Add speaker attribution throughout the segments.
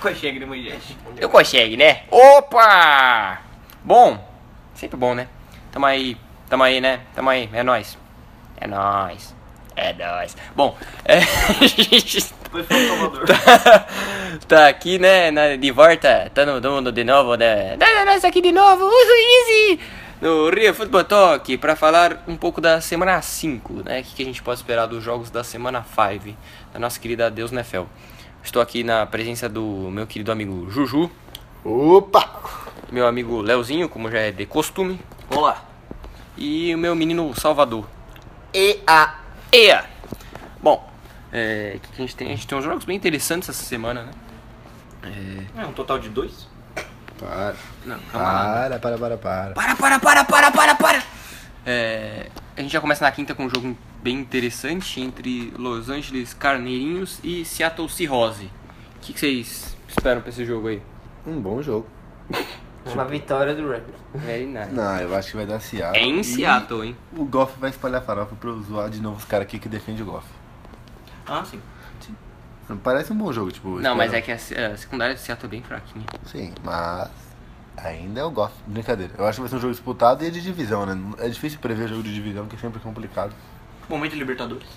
Speaker 1: consegue, né, Moisés?
Speaker 2: Eu consegue, né? Opa! Bom, sempre bom, né? Tamo aí, tamo aí, né? Tamo aí, é nóis. É nóis. É nóis. Bom, é, a gente
Speaker 1: Depois foi o Salvador.
Speaker 2: tá, tá aqui, né? na- de volta, tá no mundo de novo, né? Tá na nossa aqui de novo, uso easy! No Rio Futebol Talk, pra falar um pouco da semana 5, né? O que, que a gente pode esperar dos jogos da semana 5, da nossa querida Deus Nefel. Estou aqui na presença do meu querido amigo Juju,
Speaker 3: Opa!
Speaker 2: meu amigo Leozinho, como já é de costume,
Speaker 1: Olá.
Speaker 2: e o meu menino Salvador.
Speaker 3: E a.
Speaker 2: Ea! Bom, é, o que, que a gente tem? A gente tem uns jogos bem interessantes essa semana, né?
Speaker 1: É um total de dois?
Speaker 3: Para.
Speaker 2: Não,
Speaker 3: Para, para, para, para.
Speaker 2: Para, para, para, para, para, para! É, a gente já começa na quinta com um jogo bem interessante entre Los Angeles Carneirinhos e Seattle Seahawks. O que, que vocês esperam pra esse jogo aí?
Speaker 3: Um bom jogo.
Speaker 4: Uma vitória do Rams.
Speaker 2: Very nice.
Speaker 3: Não, eu acho que vai dar Seattle.
Speaker 2: É em
Speaker 3: E
Speaker 2: Seattle, hein?
Speaker 3: O Goff vai espalhar farofa pra eu zoar de novo os caras aqui que defende o Goff.
Speaker 1: Ah, sim.
Speaker 3: Parece um bom jogo, tipo.
Speaker 2: Não, mas é
Speaker 3: espero-
Speaker 2: que a, se- a secundária do Seattle é bem fraquinha.
Speaker 3: Sim, mas. Ainda é o Goff. Brincadeira. Eu acho que vai ser um jogo disputado e de divisão, né? É difícil prever jogo de divisão, que é sempre complicado.
Speaker 1: Momento Libertadores.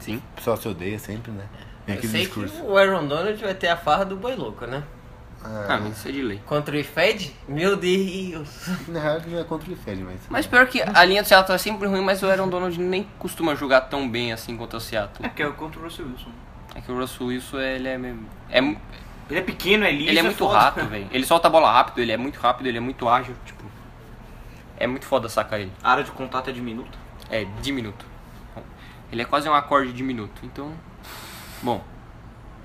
Speaker 2: Sim.
Speaker 3: O pessoal se odeia sempre, né? Tem
Speaker 4: Eu
Speaker 3: aquele
Speaker 4: sei
Speaker 3: discurso.
Speaker 4: que o Aaron Donald vai ter a farra do boi louco, né?
Speaker 2: Ah, mas isso é de lei.
Speaker 4: Contra o Fed? Meu Deus.
Speaker 3: Na real, não é contra o Fed, mas.
Speaker 2: Mas pior que a linha do Seattle é sempre ruim, mas o Aaron Donald nem costuma jogar tão bem assim contra o
Speaker 1: É,
Speaker 2: Seattle.
Speaker 1: que é contra o Russell Wilson.
Speaker 2: É que o Russell Wilson, ele é... meio- é
Speaker 1: Ele é pequeno, é liso,
Speaker 2: Ele é muito
Speaker 1: foda.
Speaker 2: rápido, velho. Ele solta a bola rápido, ele é muito rápido, ele é muito ágil, tipo. É muito foda sacar ele.
Speaker 1: A área de contato é diminuta.
Speaker 2: É, diminuto. Ele é quase um acorde diminuto, então. Bom.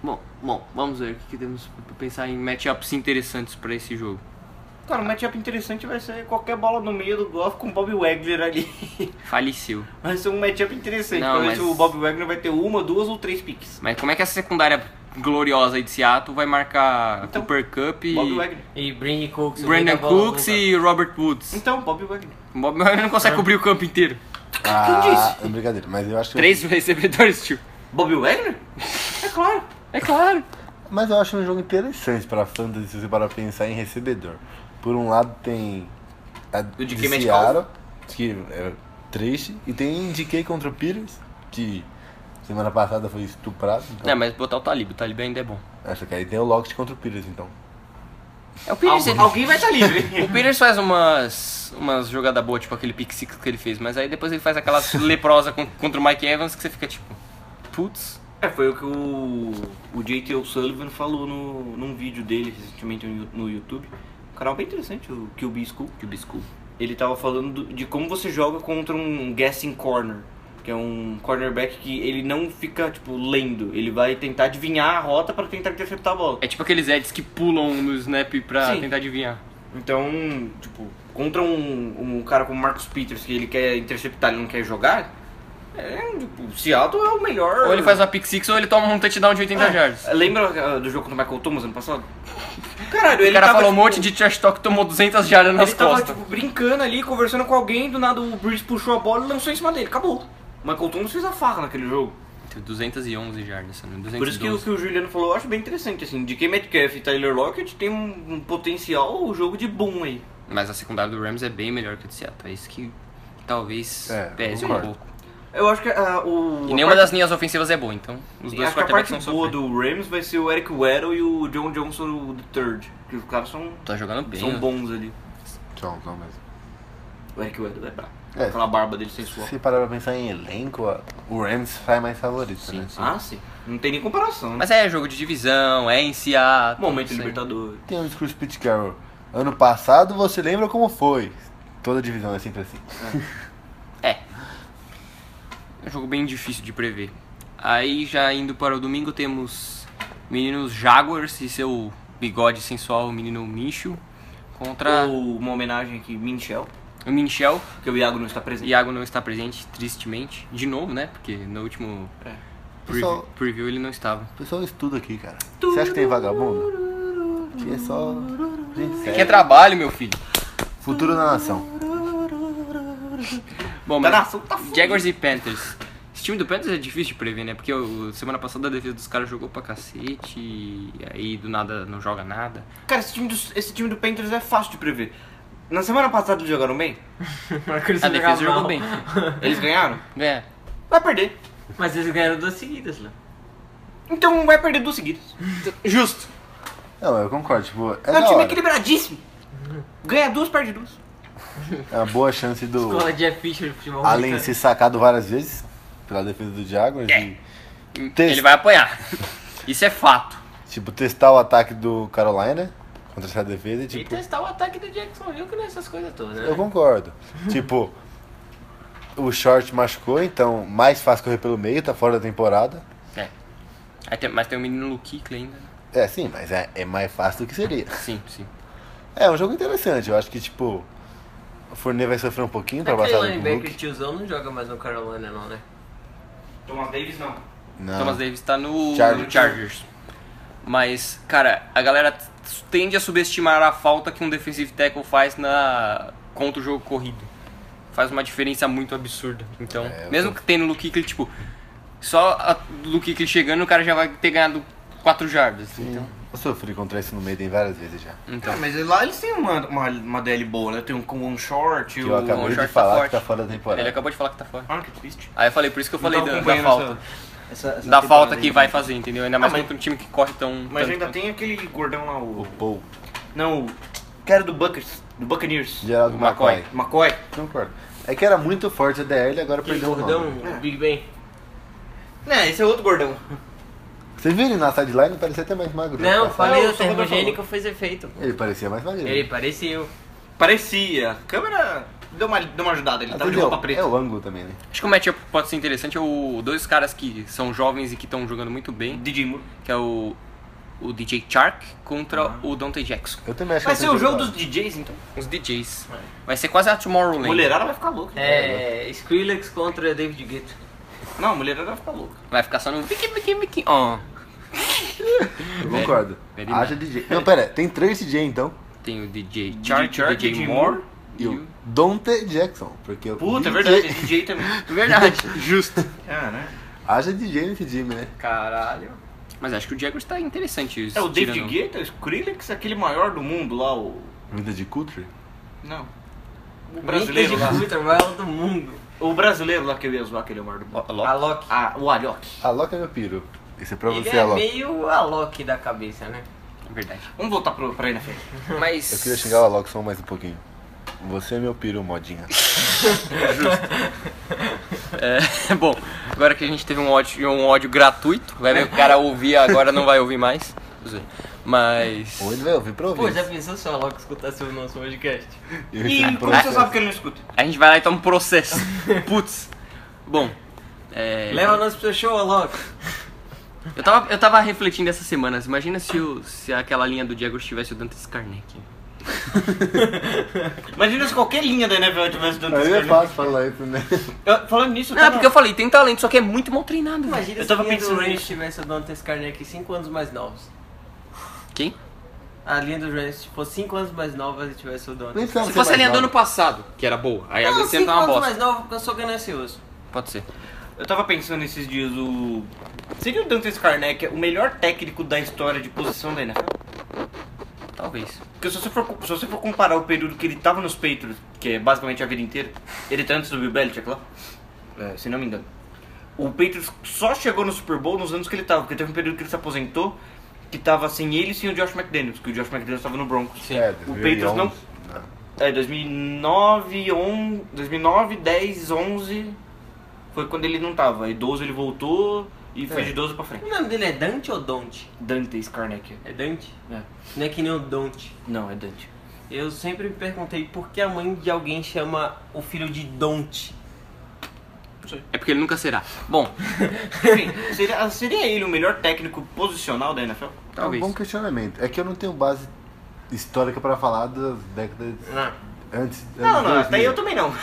Speaker 2: Bom, bom, vamos ver o que, que temos pra pensar em matchups interessantes pra esse jogo.
Speaker 1: Cara, um matchup interessante vai ser qualquer bola no meio do Goff com o Bob Wagner ali.
Speaker 2: Faleceu.
Speaker 1: Vai ser um matchup interessante.
Speaker 2: Não,
Speaker 1: pra ver
Speaker 2: mas-
Speaker 1: se o Bob Wagner vai ter uma, duas ou três picks.
Speaker 2: Mas como é que essa secundária gloriosa aí de Seattle vai marcar
Speaker 1: Então,
Speaker 2: Cooper Cup
Speaker 1: Bob
Speaker 2: e
Speaker 1: Wagner.
Speaker 4: E Brandon Cooks.
Speaker 2: Brandon
Speaker 4: muita bola
Speaker 2: Cooks
Speaker 4: longa.
Speaker 2: e Robert Woods?
Speaker 1: Então, Bob Wagner.
Speaker 2: O Bob Wagner não
Speaker 1: É.
Speaker 2: consegue cobrir o campo inteiro.
Speaker 3: Ah, é brincadeira, mas eu acho que.
Speaker 2: Três recebedores, tio.
Speaker 1: Bob Wagner? É claro.
Speaker 2: É claro.
Speaker 3: Mas eu acho um jogo interessante pra fantasy se você parar pra pensar em recebedor. Por um lado tem a
Speaker 1: Do DK
Speaker 3: de
Speaker 1: Metcalf.
Speaker 3: Seattle, que é triste, e tem DK contra o Peters, que semana passada foi estuprado.
Speaker 1: É.
Speaker 3: Então,
Speaker 2: Não, mas botar o Talib, o Talib ainda é bom.
Speaker 3: Acho que aí tem o Lockett contra o Peters, então.
Speaker 2: É o Peters,
Speaker 1: Algu-
Speaker 2: ele-
Speaker 1: alguém vai estar livre.
Speaker 2: O Peters faz umas, umas jogadas boas, tipo aquele pick six que ele fez, mas aí depois ele faz aquela leprosa con- contra o Mike Evans que você fica tipo, putz.
Speaker 1: É, foi o que o, o J.T. O'Sullivan falou no, num vídeo dele recentemente no, no YouTube. Um canal bem interessante, o QB School. QB School. Ele tava falando do- de como você joga contra um guessing corner. Que é um cornerback que ele não fica, tipo, lendo. Ele vai tentar adivinhar a rota pra tentar interceptar a bola.
Speaker 2: É tipo aqueles Eds que pulam no snap pra
Speaker 1: Sim.
Speaker 2: tentar adivinhar.
Speaker 1: Então, tipo, contra um, um cara como Marcus Peters, que ele quer interceptar, ele não quer jogar, é, tipo, o Seattle é o melhor.
Speaker 2: Ou ele faz uma pick six ou ele toma um touchdown de 80 yards.
Speaker 1: É, lembra ah, do jogo contra o Michael Thomas ano passado? Caralho,
Speaker 2: O cara
Speaker 1: tava,
Speaker 2: falou um
Speaker 1: tipo,
Speaker 2: monte de trash talk e tomou 200 jardas nas
Speaker 1: Ele tava,
Speaker 2: costas.
Speaker 1: tipo, brincando ali, conversando com alguém, do nada o Breeze puxou a bola e lançou em cima dele, acabou. O Michael Thomas fez a farra naquele jogo.
Speaker 2: Teve 211 jardas, se não me engano,
Speaker 1: Por isso que o
Speaker 2: 212.
Speaker 1: que o Juliano falou eu acho bem interessante, assim, de que Metcalf e Tyler Lockett tem um, um potencial jogo de boom aí.
Speaker 2: Mas a secundária do Rams é bem melhor que a do Seattle. É isso que talvez
Speaker 3: É,
Speaker 2: pese um
Speaker 3: concordo.
Speaker 2: pouco.
Speaker 1: Eu acho que ah, o.
Speaker 2: E
Speaker 1: a
Speaker 2: nenhuma
Speaker 1: parte-
Speaker 2: das linhas ofensivas é boa, então os dois
Speaker 1: acho que a parte
Speaker 2: quarterbacks são
Speaker 1: boa
Speaker 2: sofrendo.
Speaker 1: do Rams vai ser o Eric Weddle e o John Johnson III, que os caras são,
Speaker 2: Tá jogando bem.
Speaker 1: são
Speaker 2: né?
Speaker 1: bons ali.
Speaker 3: Tchau, não mesmo.
Speaker 1: O Eric Weddle é brabo.
Speaker 3: É.
Speaker 1: Aquela barba dele
Speaker 3: Se
Speaker 1: sensual.
Speaker 3: você parar pra pensar em elenco, a- o Rams sai mais favorito, né?
Speaker 1: Ah, sim. Não tem nem comparação. Né?
Speaker 2: Mas é jogo de divisão, é em Seattle.
Speaker 1: Momento
Speaker 2: não sei.
Speaker 1: Libertador.
Speaker 3: Tem um discurso Pete Carroll. Ano passado você lembra como foi? Toda divisão é sempre assim.
Speaker 2: É um jogo bem difícil de prever. Aí já indo para o domingo temos meninos Jaguars e seu bigode sensual, o menino Mincho, contra
Speaker 1: Ou uma homenagem aqui, Minchel,
Speaker 2: o Minchel.
Speaker 1: porque o Iago não está presente.
Speaker 2: Iago não está presente, tristemente. De novo, né? Porque no último
Speaker 1: É.
Speaker 2: previ-
Speaker 3: Pessoal-
Speaker 2: preview ele não estava.
Speaker 3: O pessoal estuda aqui, cara. Você acha que tem vagabundo? Aqui é só gente
Speaker 2: Aqui é
Speaker 3: séria.
Speaker 2: trabalho, meu filho.
Speaker 3: Futuro da nação.
Speaker 2: Bom,
Speaker 1: Tá
Speaker 2: mas é?
Speaker 1: na ação, tá fudido.
Speaker 2: Jaguars e Panthers. Esse time do Panthers é difícil de prever, né? Porque o, semana passada a defesa dos caras jogou pra cacete, e aí do nada não joga nada.
Speaker 1: Cara, esse time, do, esse time do Panthers é fácil de prever. Na semana passada eles jogaram bem?
Speaker 4: Marcos
Speaker 2: A defesa
Speaker 4: jogava
Speaker 2: jogou
Speaker 4: mal.
Speaker 2: bem. É.
Speaker 1: Eles ganharam?
Speaker 2: Ganha.
Speaker 1: Vai perder.
Speaker 4: Mas eles ganharam duas seguidas, né? Léo.
Speaker 1: Então vai perder duas seguidas.
Speaker 2: Justo.
Speaker 3: Não, eu concordo, tipo, é,
Speaker 1: É, um
Speaker 3: da
Speaker 1: time
Speaker 3: hora.
Speaker 1: equilibradíssimo. Ganha duas, perde duas.
Speaker 3: é uma boa chance do
Speaker 4: Escola de Fischer de futebol.
Speaker 3: Allen
Speaker 4: americano.
Speaker 3: ser sacado várias vezes pela defesa do Jaguars
Speaker 2: É.
Speaker 3: e, Texto.
Speaker 2: Ele vai apanhar. Isso é fato.
Speaker 3: tipo, testar o ataque do Carolina contra essa defesa,
Speaker 4: E
Speaker 3: tipo,
Speaker 4: testar o ataque do Jackson Hill, que não é essas coisas todas, né?
Speaker 3: eu concordo. tipo, o Short machucou, então mais fácil correr pelo meio, tá fora da temporada.
Speaker 2: É. Aí tem- mas tem o menino Luke Kuechly ainda. né?
Speaker 3: É, sim, mas é, é mais fácil do que seria.
Speaker 2: Sim, sim.
Speaker 3: É um jogo interessante, eu acho que, tipo, o Fournier vai sofrer um pouquinho pra
Speaker 4: Aquele
Speaker 3: passar no
Speaker 4: linebacker
Speaker 3: Hulk.
Speaker 4: tiozão não joga mais no Carolina, não, né?
Speaker 1: Thomas Davis não.
Speaker 3: Não.
Speaker 2: Thomas Davis tá no
Speaker 3: Ah. Chargers.
Speaker 2: no Chargers. Mas, cara, a galera tende a subestimar a falta que um defensive tackle faz na contra o jogo corrido. Faz uma diferença muito absurda. Então,
Speaker 3: É, eu
Speaker 2: mesmo
Speaker 3: tô-
Speaker 2: que tenha no Luke Kuechly, tipo, só a- do Luke Kuechly chegando, o cara já vai ter ganhado 4 jardas. Então,
Speaker 3: Eu sofri contra esse no meio tem várias vezes já.
Speaker 2: então.
Speaker 1: Ah, mas lá eles têm uma, uma, uma DL boa, né? Tem um com um short
Speaker 3: Que
Speaker 1: e
Speaker 3: eu
Speaker 1: o...
Speaker 3: acabei de
Speaker 2: Short tá
Speaker 3: falar
Speaker 2: forte.
Speaker 3: que tá fora da temporada.
Speaker 2: ele acabou de falar que tá fora.
Speaker 1: Ah, que triste.
Speaker 2: Aí eu falei, por isso que eu falei
Speaker 1: Não tava
Speaker 2: da, da
Speaker 1: acompanhando
Speaker 2: falta.
Speaker 1: essa- essa- essa
Speaker 2: Da falta
Speaker 1: temporada
Speaker 2: que
Speaker 1: aí.
Speaker 2: vai fazer, entendeu? Ainda mais
Speaker 1: Ah, mas-
Speaker 2: contra um time que corre tão.
Speaker 1: Mas
Speaker 2: tanto,
Speaker 1: ainda
Speaker 2: né?
Speaker 1: tem aquele gordão lá, o...
Speaker 3: O Paul,
Speaker 1: Não, o cara do Buckers, do Buccaneers.
Speaker 3: Geraldo
Speaker 2: O McCoy.
Speaker 3: McCoy.
Speaker 1: McCoy.
Speaker 3: Concordo. É que era muito forte a DL e agora
Speaker 4: Aquele
Speaker 3: perdeu o
Speaker 4: gordão,
Speaker 3: nome.
Speaker 4: o Big Ben.
Speaker 1: Não, esse é outro gordão.
Speaker 3: Você viu ele na sideline? Parecia até mais magro.
Speaker 4: Não,
Speaker 3: Passava-
Speaker 4: falei,
Speaker 1: Não,
Speaker 4: o
Speaker 1: só quando eu
Speaker 4: termogênico fez efeito.
Speaker 3: Ele parecia mais magro.
Speaker 4: Ele parecia eu.
Speaker 1: Parecia. A câmera deu uma, deu uma ajudada, ele
Speaker 3: Ah,
Speaker 1: tava de
Speaker 3: entendeu?
Speaker 1: roupa preta.
Speaker 3: É o ângulo também, né?
Speaker 2: Acho que o matchup pode ser interessante. É o dois caras que são jovens e que estão jogando muito bem,
Speaker 1: DJ Moore.
Speaker 2: que é o, o DJ Chark contra o Dante Jackson.
Speaker 3: Eu um também acho
Speaker 1: Vai
Speaker 3: que é
Speaker 1: ser é o jogo dos DJs, então.
Speaker 2: Os DJs. Vai ser quase a Tomorrowland.
Speaker 1: Mulherada vai ficar louca.
Speaker 3: né?
Speaker 4: É, Skrillex contra David Guetta.
Speaker 1: Não, mulherada vai ficar louca.
Speaker 2: Vai ficar só no biqui biqui biqui. Ó.
Speaker 3: Eu concordo.
Speaker 2: Very
Speaker 3: Haja DJ. Não, pera, tem três DJ então.
Speaker 2: Tem o DJ Chark,
Speaker 1: DJ Chark,
Speaker 2: o DJ
Speaker 1: DJ
Speaker 2: Moore.
Speaker 3: E o Dante Jackson. Porque o
Speaker 1: Puta, é
Speaker 3: DJ
Speaker 1: verdade, é DJ também.
Speaker 2: Verdade, justo.
Speaker 1: É,
Speaker 2: Ah,
Speaker 1: né?
Speaker 3: Haja DJ nesse time, né?
Speaker 4: Caralho.
Speaker 2: Mas acho que o Jaguars tá interessante. isso,
Speaker 1: É o David
Speaker 2: tirando-
Speaker 1: Guetta, o Skrillex, aquele maior do mundo lá, o...
Speaker 3: Vida de Couture.
Speaker 1: Não. O brasileiro lá.
Speaker 4: Nicolas Um de Guetta, maior do mundo.
Speaker 1: O brasileiro lá que eu ia zoar, aquele maior do mundo.
Speaker 2: Ó,
Speaker 4: A
Speaker 2: Lopes.
Speaker 4: Loki.
Speaker 1: Ah, o Alok.
Speaker 3: Alok é meu piro. Esse é pra
Speaker 4: Ele
Speaker 3: você,
Speaker 4: é
Speaker 3: Alok.
Speaker 4: meio Alok da cabeça, né?
Speaker 2: É Verdade.
Speaker 1: Vamos voltar pro, pra NFL.
Speaker 2: Mas.
Speaker 3: Eu queria xingar o Alok só mais um pouquinho. Você é meu piro, modinha.
Speaker 2: É, bom, agora que a gente teve um ódio, um ódio gratuito, vai ver que o cara ouvia agora não vai ouvir mais. Mas.
Speaker 3: Ou ele vai ouvir pra ouvir.
Speaker 4: Pô, já pensou se o Alok escutasse o nosso podcast?
Speaker 3: Eu
Speaker 1: E
Speaker 3: recebo
Speaker 1: como você
Speaker 3: processo.
Speaker 1: sabe que ele não escuta?
Speaker 2: A gente vai lá e toma um processo. Putz. Bom. é,
Speaker 4: Leva nós pro seu show, Alok.
Speaker 2: eu, tava, eu tava refletindo essas semanas. Imagina se, o, se aquela linha do Diego tivesse o Dante Skarnek.
Speaker 1: Imagina se qualquer linha da NFL tivesse dando
Speaker 3: Aí é
Speaker 1: esse
Speaker 3: fácil falar isso, né?
Speaker 1: Eu- Falando
Speaker 4: Tá
Speaker 1: nisso, eu
Speaker 2: Não, é
Speaker 1: tava...
Speaker 2: porque eu falei, tem talento, só que é muito mal treinado. velho.
Speaker 4: Imagina
Speaker 1: Eu
Speaker 4: se
Speaker 1: tava
Speaker 4: o linha do
Speaker 1: pensando
Speaker 4: Rams
Speaker 1: nisso.
Speaker 4: tivesse o Dante Skarnek 5 anos mais novos.
Speaker 2: Quem?
Speaker 4: A linha do Rams fosse 5 anos mais nova e tivesse o Dante.
Speaker 3: Nem precisava
Speaker 2: Se
Speaker 3: ser
Speaker 2: fosse a
Speaker 3: mais
Speaker 2: linha do
Speaker 3: nada.
Speaker 2: ano passado, que era boa, aí agora
Speaker 4: um- Não,
Speaker 2: você tá uma
Speaker 4: anos
Speaker 2: bosta.
Speaker 4: mais novo porque eu sou ganancioso.
Speaker 2: Pode ser.
Speaker 1: Eu tava pensando esses dias o. Seria o Dante Skarnek é o melhor técnico da história de posição da NFL?
Speaker 2: Talvez.
Speaker 1: Porque se você for, se você for comparar o período que ele tava nos Patriots, que é basicamente a vida inteira, ele tá antes do Bill Belichick lá, é, se não me engano. O Patriots só chegou no Super Bowl nos anos que ele tava, porque teve um período que ele se aposentou, que tava sem ele e sem o Josh McDaniels, que o Josh McDaniels tava no Broncos.
Speaker 3: É,
Speaker 1: O Patriots não-
Speaker 3: 2011. Não.
Speaker 1: É, 2009, on, 2009, 10, 11 foi quando ele não tava. E 12 ele voltou e foi
Speaker 3: É.
Speaker 1: de 12 pra frente.
Speaker 4: O nome dele é Dante ou Dante?
Speaker 1: Dante Skarnek.
Speaker 4: É Dante?
Speaker 1: É.
Speaker 4: Não é que nem o Dante.
Speaker 1: Não, é Dante.
Speaker 4: Eu sempre me perguntei por que a mãe de alguém chama o filho de Dante.
Speaker 2: É porque ele nunca será. Bom,
Speaker 1: Enfim, seria, seria ele o melhor técnico posicional da NFL?
Speaker 2: talvez.
Speaker 3: É um bom questionamento. É que eu não tenho base histórica pra falar das décadas antes.
Speaker 1: Não,
Speaker 3: anos
Speaker 1: não, até
Speaker 3: 2000.
Speaker 1: eu também não.
Speaker 4: né?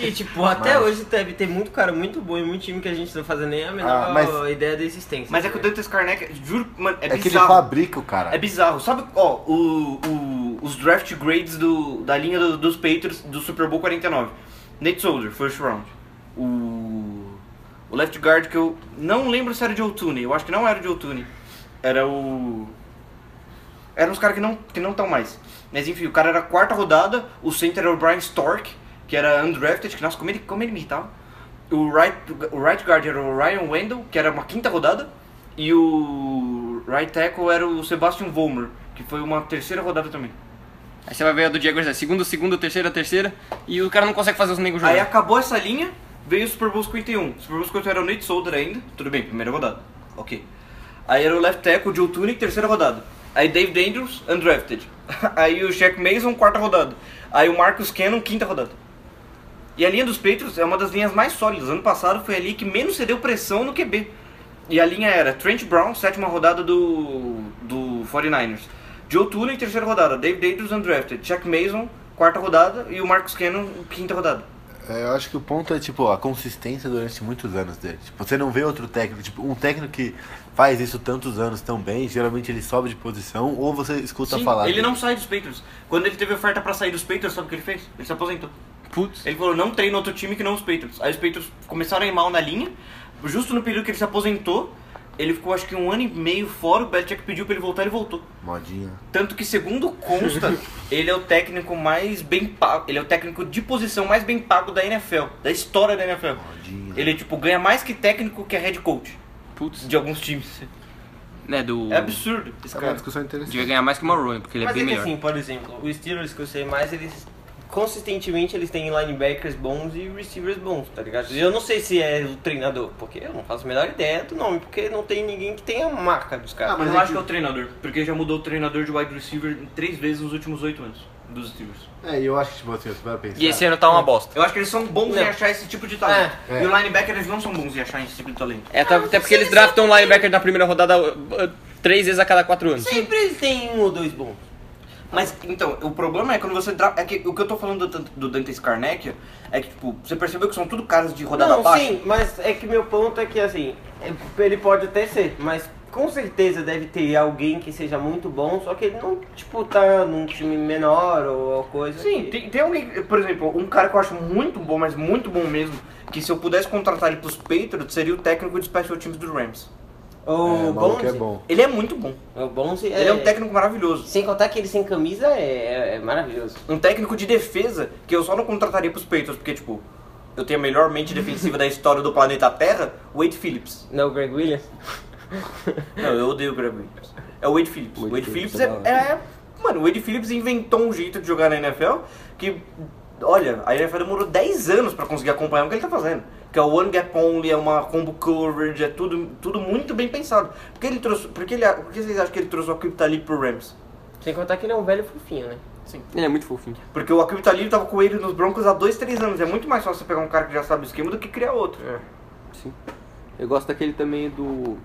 Speaker 4: E tipo, até
Speaker 3: Mas-
Speaker 4: hoje deve ter muito cara muito bom e muito time que a gente não faz nem a menor
Speaker 3: Ah, mas-
Speaker 4: ideia da existência.
Speaker 1: Mas é que o
Speaker 4: né?
Speaker 1: Dante Skarnek, juro, mano, é,
Speaker 3: É que ele
Speaker 1: bizarro.
Speaker 3: fabrica o cara.
Speaker 1: É bizarro. Sabe, ó, o, o- os draft grades do, da linha do- dos Patriots do Super Bowl 49. Nate Soldier, first round. O, o O left guard que eu não lembro se era de Otune, eu acho que não era de Otune. Era o. Eram os caras que não que não estão mais. Mas enfim, o cara era a quarta rodada, o center era o Brian Stork, que era undrafted, que nossa, como ele, como ele me irritava. O right, o right guard era o Ryan Wendell, que era uma quinta rodada. E o right tackle era o Sebastian Vollmer, que foi uma terceira rodada também.
Speaker 2: Aí você vai ver a do Diego José, segunda, segunda, terceira, terceira, e o cara não consegue fazer os negros
Speaker 1: Aí
Speaker 2: jogar.
Speaker 1: acabou essa linha, veio o Super Bowl 51. O Super Bowl 51 era o Nate Solder ainda. Tudo bem, primeira rodada. Ok. Aí era o left tackle, o Joe Tunic, terceira rodada. Aí Dave Andrews, undrafted. Aí o Shaq Mason, quarta rodada. Aí o Marcus Cannon, quinta rodada. E a linha dos Patriots é uma das linhas mais sólidas. Ano passado foi a linha que menos cedeu pressão no QB. E a linha era Trent Brown, sétima rodada do, do 49ers. Joe Tully, terceira rodada. Dave Andrews, undrafted. Shaq Mason, quarta rodada. E o Marcus Cannon, quinta rodada.
Speaker 5: É, eu acho que o ponto é, tipo, a consistência durante muitos anos dele. Tipo, você não vê outro técnico, tipo, um técnico que faz isso tantos anos tão bem, geralmente ele sobe de posição ou você escuta
Speaker 1: Sim,
Speaker 5: falar.
Speaker 1: ele
Speaker 5: dele.
Speaker 1: não sai dos Patriots. Quando ele teve oferta pra sair dos Patriots, sabe o que ele fez? Ele se aposentou.
Speaker 2: Putz.
Speaker 1: Ele falou, não treino outro time que não os Patriots. Aí os Patriots começaram a ir mal na linha. Justo no período que ele se aposentou, ele ficou acho que um ano e meio fora. O Belichick pediu pra ele voltar, ele voltou.
Speaker 5: Modinha.
Speaker 1: Tanto que, segundo consta, ele é o técnico mais bem pago. Ele é o técnico de posição mais bem pago da NFL, da história da NFL.
Speaker 5: Modinha.
Speaker 1: Ele, tipo, ganha mais que técnico que é head coach
Speaker 2: Putz.
Speaker 1: de alguns times.
Speaker 2: Né, do...
Speaker 1: É absurdo esse
Speaker 5: É uma
Speaker 1: cara.
Speaker 5: discussão
Speaker 2: Devia
Speaker 5: interessante.
Speaker 2: ganhar mais que o Maroney, porque ele é
Speaker 4: Mas
Speaker 2: bem
Speaker 4: é que
Speaker 2: melhor.
Speaker 4: assim, por exemplo, os Steelers que eu sei mais, eles consistentemente eles têm linebackers bons e receivers bons, tá ligado? E Eu não sei se é o treinador, porque eu não faço a menor ideia do nome, porque não tem ninguém que tenha a marca dos caras.
Speaker 5: Ah, mas
Speaker 1: eu
Speaker 5: é
Speaker 1: acho
Speaker 5: que-
Speaker 1: que é o treinador, porque já mudou o treinador de wide receiver três vezes nos últimos oito anos dos Steelers.
Speaker 5: É, e eu acho que, tipo, assim, você vai pensar.
Speaker 2: E esse ano tá uma bosta.
Speaker 1: Eu acho que eles são bons
Speaker 4: Não.
Speaker 1: em achar esse tipo de talento.
Speaker 5: É.
Speaker 1: E o linebacker eles não são bons em achar esse tipo de talento.
Speaker 2: É,
Speaker 4: Ah,
Speaker 2: tá- até porque eles draftam
Speaker 4: assim.
Speaker 2: um linebacker na primeira rodada uh, uh, três vezes a cada quatro anos.
Speaker 4: Sempre eles têm um ou dois bons.
Speaker 1: Mas então, o problema é quando você dra- é que o que eu tô falando do, do Dante Scarnecchia é que tipo, você percebeu que são tudo caras de rodada
Speaker 4: não,
Speaker 1: baixa.
Speaker 4: sim, mas é que meu ponto é que assim, é- ele pode até ser, mas com certeza deve ter alguém que seja muito bom, só que ele não, tipo, tá num time menor ou coisa.
Speaker 1: Sim,
Speaker 4: que-
Speaker 1: tem, tem alguém, por exemplo, um cara que eu acho muito bom, mas muito bom mesmo, que se eu pudesse contratar ele pros Patriots, seria o técnico de special teams do Rams.
Speaker 4: O
Speaker 5: É, o maluco
Speaker 4: Bonzi.
Speaker 5: é bom.
Speaker 1: Ele é muito bom.
Speaker 4: O Bonzi
Speaker 1: Ele é um técnico maravilhoso.
Speaker 4: Sem contar que ele sem camisa é, é- é maravilhoso.
Speaker 1: um técnico de defesa que eu só não contrataria pros Patriots, porque, tipo, eu tenho a melhor mente defensiva da história do planeta Terra, Wade Phillips.
Speaker 4: Não, Greg Williams.
Speaker 1: Não, eu odeio o Greg Williams. É o Wade Phillips.
Speaker 4: Wade
Speaker 1: Wade, Wade
Speaker 4: Phillips
Speaker 1: Phillips,
Speaker 4: é da
Speaker 1: é,
Speaker 4: hora.
Speaker 1: é- Mano, o Wade Phillips inventou um jeito de jogar na NFL que. Olha, a NFL demorou 10 anos pra conseguir acompanhar o que ele tá fazendo. Que é o one gap only, é uma combo coverage, é tudo, tudo muito bem pensado. Por que ele trouxe. Por que, ele, por que vocês acham que ele trouxe o Akib Talib pro Rams?
Speaker 4: Sem contar que ele é um velho fofinho, né?
Speaker 2: Ele é muito fofinho.
Speaker 1: Porque o Akib Talib tava com ele nos Broncos há 2, 3 anos. É muito mais fácil você pegar um cara que já sabe o esquema do que criar outro.
Speaker 2: Sim. Eu gosto daquele também do...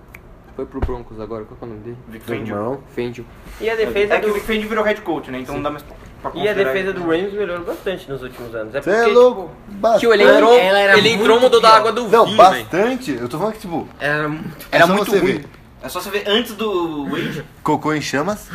Speaker 2: Foi pro Broncos agora, qual que é o nome dele?
Speaker 1: Vic
Speaker 5: Do
Speaker 1: Fangio.
Speaker 5: irmão.
Speaker 2: Fendio.
Speaker 4: E a defesa
Speaker 1: É que o
Speaker 4: do,
Speaker 1: Vic Fangio virou head coach, né? Então não dá mais pra pra
Speaker 4: e a
Speaker 1: considerar
Speaker 4: defesa
Speaker 1: ele.
Speaker 4: do Rams melhorou bastante nos últimos anos. É
Speaker 5: Você
Speaker 4: porque,
Speaker 5: é louco?
Speaker 4: tipo,
Speaker 5: Bastante.
Speaker 2: Tio, ele entrou,
Speaker 4: Ela era
Speaker 2: ele
Speaker 4: muito
Speaker 2: entrou mudou da
Speaker 4: pior.
Speaker 2: água do
Speaker 5: Não,
Speaker 2: vinho, velho.
Speaker 5: bastante. Eu tô falando que, tipo,
Speaker 4: era muito...
Speaker 5: é
Speaker 2: Era
Speaker 5: só
Speaker 2: muito
Speaker 5: você
Speaker 2: ruim.
Speaker 5: ver.
Speaker 1: É só você ver antes do Wade.
Speaker 5: Cocô em chamas.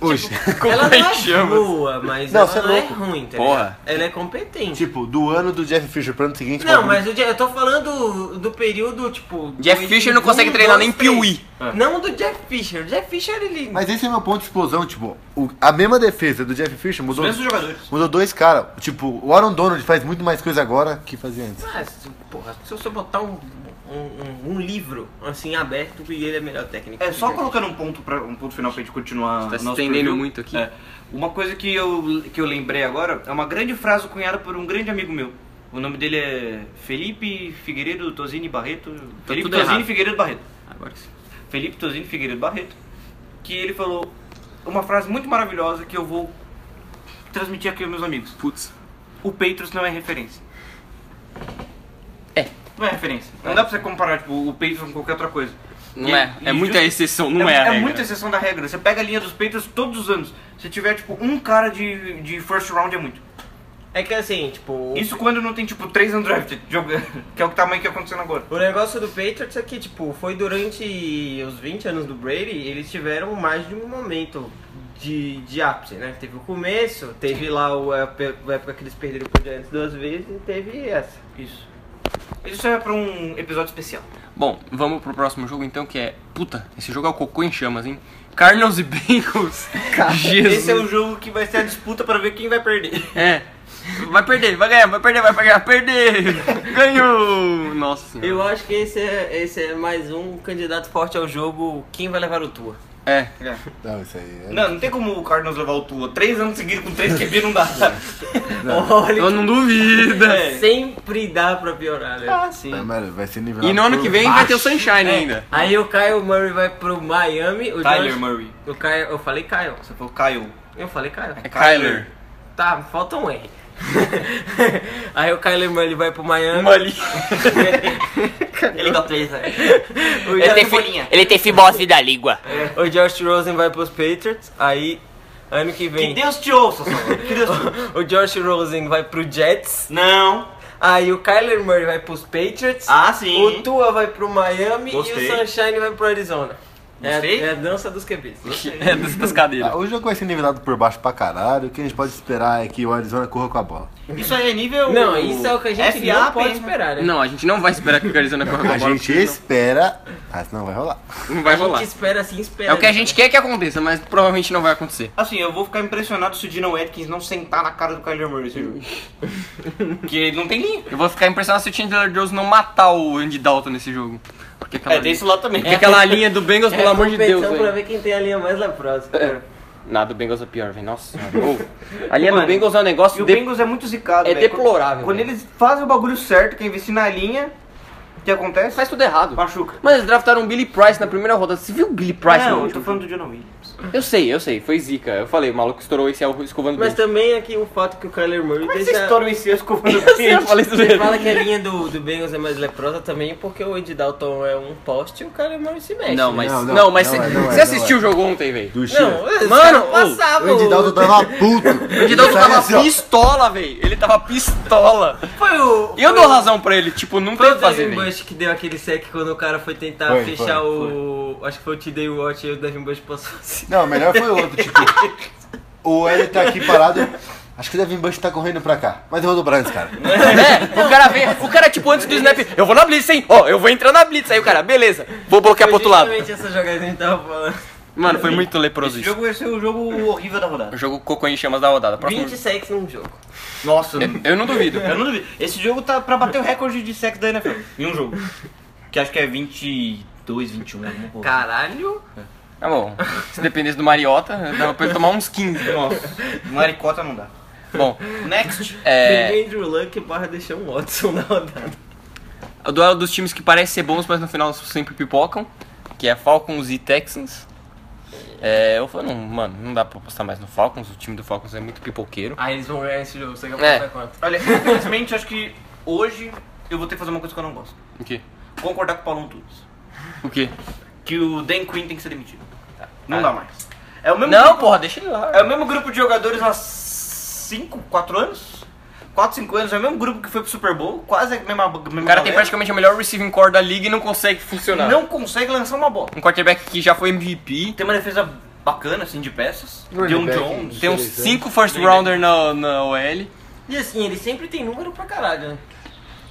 Speaker 5: Oxe.
Speaker 4: Ela não é
Speaker 2: chama?
Speaker 4: boa, mas
Speaker 5: Não,
Speaker 4: ela
Speaker 5: você é
Speaker 4: não é
Speaker 5: louco.
Speaker 4: ruim, tá
Speaker 2: Porra.
Speaker 4: ligado? Ela é competente.
Speaker 5: Tipo, do ano do Jeff Fisher pro ano seguinte.
Speaker 4: Não,
Speaker 5: Bob-
Speaker 4: mas eu, eu tô falando do período, tipo...
Speaker 2: Jeff
Speaker 4: do-
Speaker 2: Fisher não
Speaker 4: um,
Speaker 2: consegue treinar
Speaker 4: dois,
Speaker 2: nem
Speaker 4: três. Ah.
Speaker 2: Piuí. Ah.
Speaker 4: Não do Jeff Fisher. O Jeff Fisher, ele...
Speaker 5: Mas esse é meu ponto de explosão, tipo, o- a mesma defesa do Jeff Fisher mudou,
Speaker 1: Mesmos jogadores.
Speaker 5: mudou dois caras. Tipo, o Aaron Donald faz muito mais coisa agora que fazia antes.
Speaker 4: Mas, porra, Ah, se você botar um, um, um- um livro, assim, aberto, e ele é melhor técnico.
Speaker 1: É, só
Speaker 4: que o Jeff.
Speaker 1: colocando um ponto, pra, um ponto final pra gente continuar.
Speaker 2: Você tá se
Speaker 1: nosso
Speaker 2: estendendo
Speaker 1: preview.
Speaker 2: muito aqui.
Speaker 1: É. Uma coisa que eu, que eu lembrei agora é uma grande frase cunhada por um grande amigo meu. O nome dele é Felipe Figueiredo Tosini Barreto. Felipe
Speaker 2: Tá tudo
Speaker 1: Tosini
Speaker 2: errado.
Speaker 1: Figueiredo Barreto.
Speaker 2: Agora que sim.
Speaker 1: Felipe Tosini Figueiredo Barreto. Que ele falou uma frase muito maravilhosa que eu vou transmitir aqui aos meus amigos.
Speaker 2: Putz.
Speaker 1: O Patriots não é referência.
Speaker 2: É.
Speaker 1: Não é referência. Não dá pra você comparar tipo, o Patriots com qualquer outra coisa.
Speaker 2: Não
Speaker 1: E-
Speaker 2: é.
Speaker 1: e
Speaker 2: É muita
Speaker 1: justo-
Speaker 2: exceção, não é a regra.
Speaker 1: muita exceção da regra. Você pega a linha dos Patriots todos os anos. Se tiver, tipo, um cara de, de first round é muito.
Speaker 4: É que, assim, tipo...
Speaker 1: Isso quando não tem, tipo, três undrafted jogando, que é o tamanho que tá acontecendo agora.
Speaker 4: O negócio do Patriots é que, tipo, foi durante os 20 anos do Brady, eles tiveram mais de um momento de, de ápice, né? Teve o começo, teve lá o, a pe- a época que eles perderam pro Giants duas vezes e teve essa.
Speaker 1: Isso. Isso é pra um episódio especial.
Speaker 2: Bom, vamos pro próximo jogo então, que é. Puta, esse jogo é o cocô em chamas, hein? Cardinals e Bengals. Jesus.
Speaker 1: Esse é o jogo que vai ser a disputa pra ver quem vai perder.
Speaker 2: É. Vai perder, vai ganhar, vai perder, vai ganhar, perder! Ganhou! Nossa senhora.
Speaker 4: Eu acho que esse é, esse é mais um candidato forte ao jogo. Quem vai levar o Tua?
Speaker 2: É.
Speaker 5: Não, isso aí. É...
Speaker 1: Não, não tem como o Cardinals levar o Tua. Três anos seguidos com três QB não dá.
Speaker 4: Olha,
Speaker 2: É.
Speaker 4: é,
Speaker 2: Eu não duvido.
Speaker 4: sempre dá pra piorar, né?
Speaker 1: Ah, sim.
Speaker 5: Vai, mano, é vai ser nível.
Speaker 2: E no ano que vem vai ter o Sunshine ainda.
Speaker 4: Aí o Kyle Murray vai pro Miami. O
Speaker 1: Tyler
Speaker 4: Josh-
Speaker 1: Murray.
Speaker 4: O Kyle, eu falei Kyle.
Speaker 1: Você falou Kyle.
Speaker 4: Eu falei Kyle.
Speaker 2: É Kyler.
Speaker 4: Tá, falta um R. Aí o Kyler Murray vai pro Miami.
Speaker 1: Ele dá três, né?
Speaker 4: O
Speaker 1: Ele tem
Speaker 4: Josh-
Speaker 1: folhinha.
Speaker 2: Ele tem fibose da língua.
Speaker 4: O Josh Rosen vai pros Patriots, aí ano que
Speaker 1: Que
Speaker 4: vem.
Speaker 1: Deus te ouça, Salvador. Que Deus te ouça.
Speaker 4: o Josh Rosen vai pro Jets,
Speaker 1: Não.
Speaker 4: aí o Kyler Murray vai pros Patriots,
Speaker 1: Ah, sim.
Speaker 4: o Tua vai pro Miami
Speaker 1: Gostei.
Speaker 4: e o Sunshine vai pro Arizona. É, a-
Speaker 1: Gostei.
Speaker 4: é a dança dos QBs.
Speaker 2: É das, das cadeiras.
Speaker 5: Ah, o jogo vai ser nivelado por baixo pra caralho. O que a gente pode esperar é que o Arizona corra com a bola.
Speaker 1: Isso aí é nível.
Speaker 4: Não, isso é o que a gente
Speaker 1: FA,
Speaker 4: não pode
Speaker 1: PRO.
Speaker 4: esperar, né?
Speaker 2: Não, a gente não vai esperar que o Arizona corra com
Speaker 5: A
Speaker 2: a bola.
Speaker 5: gente
Speaker 2: porque
Speaker 5: espera, mas não vai rolar.
Speaker 2: Não, não vai
Speaker 4: A
Speaker 2: rolar.
Speaker 4: gente espera assim, espera.
Speaker 2: É o que a gente quer que aconteça, mas provavelmente não vai acontecer.
Speaker 1: Assim, eu vou ficar impressionado se o Dino Atkins não sentar na cara do Kyler Murray esse jogo. Porque ele não tem linha.
Speaker 2: Eu vou ficar impressionado se o Chandler Jones não matar o Andy Dalton nesse jogo. Porque aquela,
Speaker 1: É, desse lado também.
Speaker 2: porque aquela linha do Bengals, pelo
Speaker 4: é
Speaker 2: amor de Deus.
Speaker 4: competição
Speaker 2: velho.
Speaker 4: pra ver quem tem a linha mais leprosa.
Speaker 2: Nada, o Bengals é pior, velho. Nossa. senhora. Ô, a linha do
Speaker 1: Mano,
Speaker 2: Bengals é um
Speaker 1: E
Speaker 2: negócio
Speaker 1: o
Speaker 2: de...
Speaker 1: Bengals é muito zicado.
Speaker 2: é
Speaker 1: velho.
Speaker 2: deplorável,
Speaker 1: Quando
Speaker 2: velho.
Speaker 1: eles fazem o bagulho certo, que é investir na linha, o que acontece?
Speaker 2: Faz tudo errado.
Speaker 1: Machuca.
Speaker 2: Mano, eles draftaram o Billy Price na primeira rodada. Você viu o Billy Price
Speaker 1: não,
Speaker 2: no
Speaker 1: eu tô
Speaker 2: último?
Speaker 1: falando do Dino Williams.
Speaker 2: Eu sei, eu sei. Foi zica. Eu falei, o maluco estourou esse alvo escovando
Speaker 4: Mas
Speaker 2: bem.
Speaker 4: também aqui o fato que o Kyler Murray
Speaker 1: Mas
Speaker 4: deixa.
Speaker 1: é essa história em si, eu fico falando
Speaker 2: Eu
Speaker 1: assim.
Speaker 2: falei isso
Speaker 4: Você
Speaker 2: mesmo.
Speaker 4: fala que a linha do, do Bengals é mais leprosa também porque o Andy Dalton é um poste e o Kyler Murray se mexe.
Speaker 2: Não,
Speaker 4: né?
Speaker 2: mas...
Speaker 5: Não, não,
Speaker 2: Não, mas
Speaker 5: não
Speaker 2: você
Speaker 5: é, não é,
Speaker 2: você
Speaker 5: não
Speaker 2: assistiu
Speaker 5: é.
Speaker 2: o jogo ontem, velho?
Speaker 5: Do Chile.
Speaker 4: Não, é esse
Speaker 2: Mano,
Speaker 4: cara
Speaker 2: ô,
Speaker 4: passava.
Speaker 5: O Edinaldo
Speaker 3: tá-
Speaker 5: tava puto.
Speaker 2: O
Speaker 5: Ele
Speaker 2: Andy Dalton
Speaker 5: saiu
Speaker 2: tava
Speaker 5: assim, ó.
Speaker 2: pistola, velho. Ele tava pistola.
Speaker 4: Foi o.
Speaker 2: E eu dou razão pra ele. Tipo, não
Speaker 4: Foi
Speaker 2: tem o
Speaker 4: o
Speaker 2: que fazer,
Speaker 4: Devin
Speaker 2: velho.
Speaker 4: Bush que deu aquele sec quando o cara foi tentar
Speaker 5: Foi,
Speaker 4: fechar
Speaker 5: foi,
Speaker 4: o. Acho que foi o T-Day Watch e o Devin Bush passou assim.
Speaker 5: Não, melhor foi o outro, tipo. Ou ele tá aqui parado. Acho que o Devin Bush tá correndo pra cá. Mas eu vou dobrar esse cara.
Speaker 2: É, o cara vem, o cara tipo antes do snap, eu vou na blitz, hein? Ó, eu vou entrar na blitz, aí o cara, beleza, vou bloquear pro outro lado.
Speaker 4: Justamente essa jogada que a gente tava falando.
Speaker 2: Mano, foi muito leproso
Speaker 1: Esse
Speaker 2: isso.
Speaker 1: jogo vai ser o jogo horrível da
Speaker 2: O
Speaker 1: rodada.
Speaker 2: jogo cocô em chamas da rodada. Próximo...
Speaker 4: 20 secs num jogo.
Speaker 1: Nossa,
Speaker 2: Eu- Eu não duvido.
Speaker 1: Eu não duvido. Esse jogo tá pra bater o recorde de sexo da NFL em um jogo. Que acho que é 22, 21, alguma coisa.
Speaker 4: Caralho.
Speaker 2: Tá bom. Se dependesse do Mariota, dava pra ele tomar uns 15.
Speaker 1: Nossa, maricota não dá.
Speaker 2: Bom,
Speaker 1: Next.
Speaker 2: é.
Speaker 4: Tem Andrew Luck barra deixou um Watson na rodada.
Speaker 2: O duelo dos times que parecem ser bons, mas no final sempre pipocam. Que é Falcons e Texans. É, eu falo, não, mano, não dá pra apostar mais no Falcons, o time do Falcons é muito pipoqueiro.
Speaker 4: Ah, eles vão ganhar esse jogo, você quer
Speaker 2: É.
Speaker 4: apostar quanto?
Speaker 1: Olha, infelizmente acho que hoje eu vou ter que fazer uma coisa que eu não gosto.
Speaker 2: O quê?
Speaker 1: Concordar com o Paulão Tunes.
Speaker 2: O quê?
Speaker 1: Que o Dan Quinn tem que ser demitido. Não
Speaker 2: Ah.
Speaker 1: dá mais. É o mesmo
Speaker 2: Não,
Speaker 1: grupo,
Speaker 2: porra, deixa ele lá.
Speaker 1: É o mesmo grupo de jogadores há 5, 4 anos? 4, 5 anos, é o mesmo grupo que foi pro Super Bowl, quase a mesma, mesma
Speaker 2: O cara tem praticamente o melhor receiving core da liga e é? não consegue funcionar.
Speaker 1: Não consegue lançar uma bola.
Speaker 2: Um quarterback que já foi MVP.
Speaker 1: Tem uma defesa bacana, assim, de peças. John
Speaker 5: Greenback.
Speaker 1: Jones.
Speaker 2: Tem uns
Speaker 5: Sim, sim.
Speaker 2: 5 first rounder na, na OL.
Speaker 4: E assim, ele sempre tem número pra caralho, né?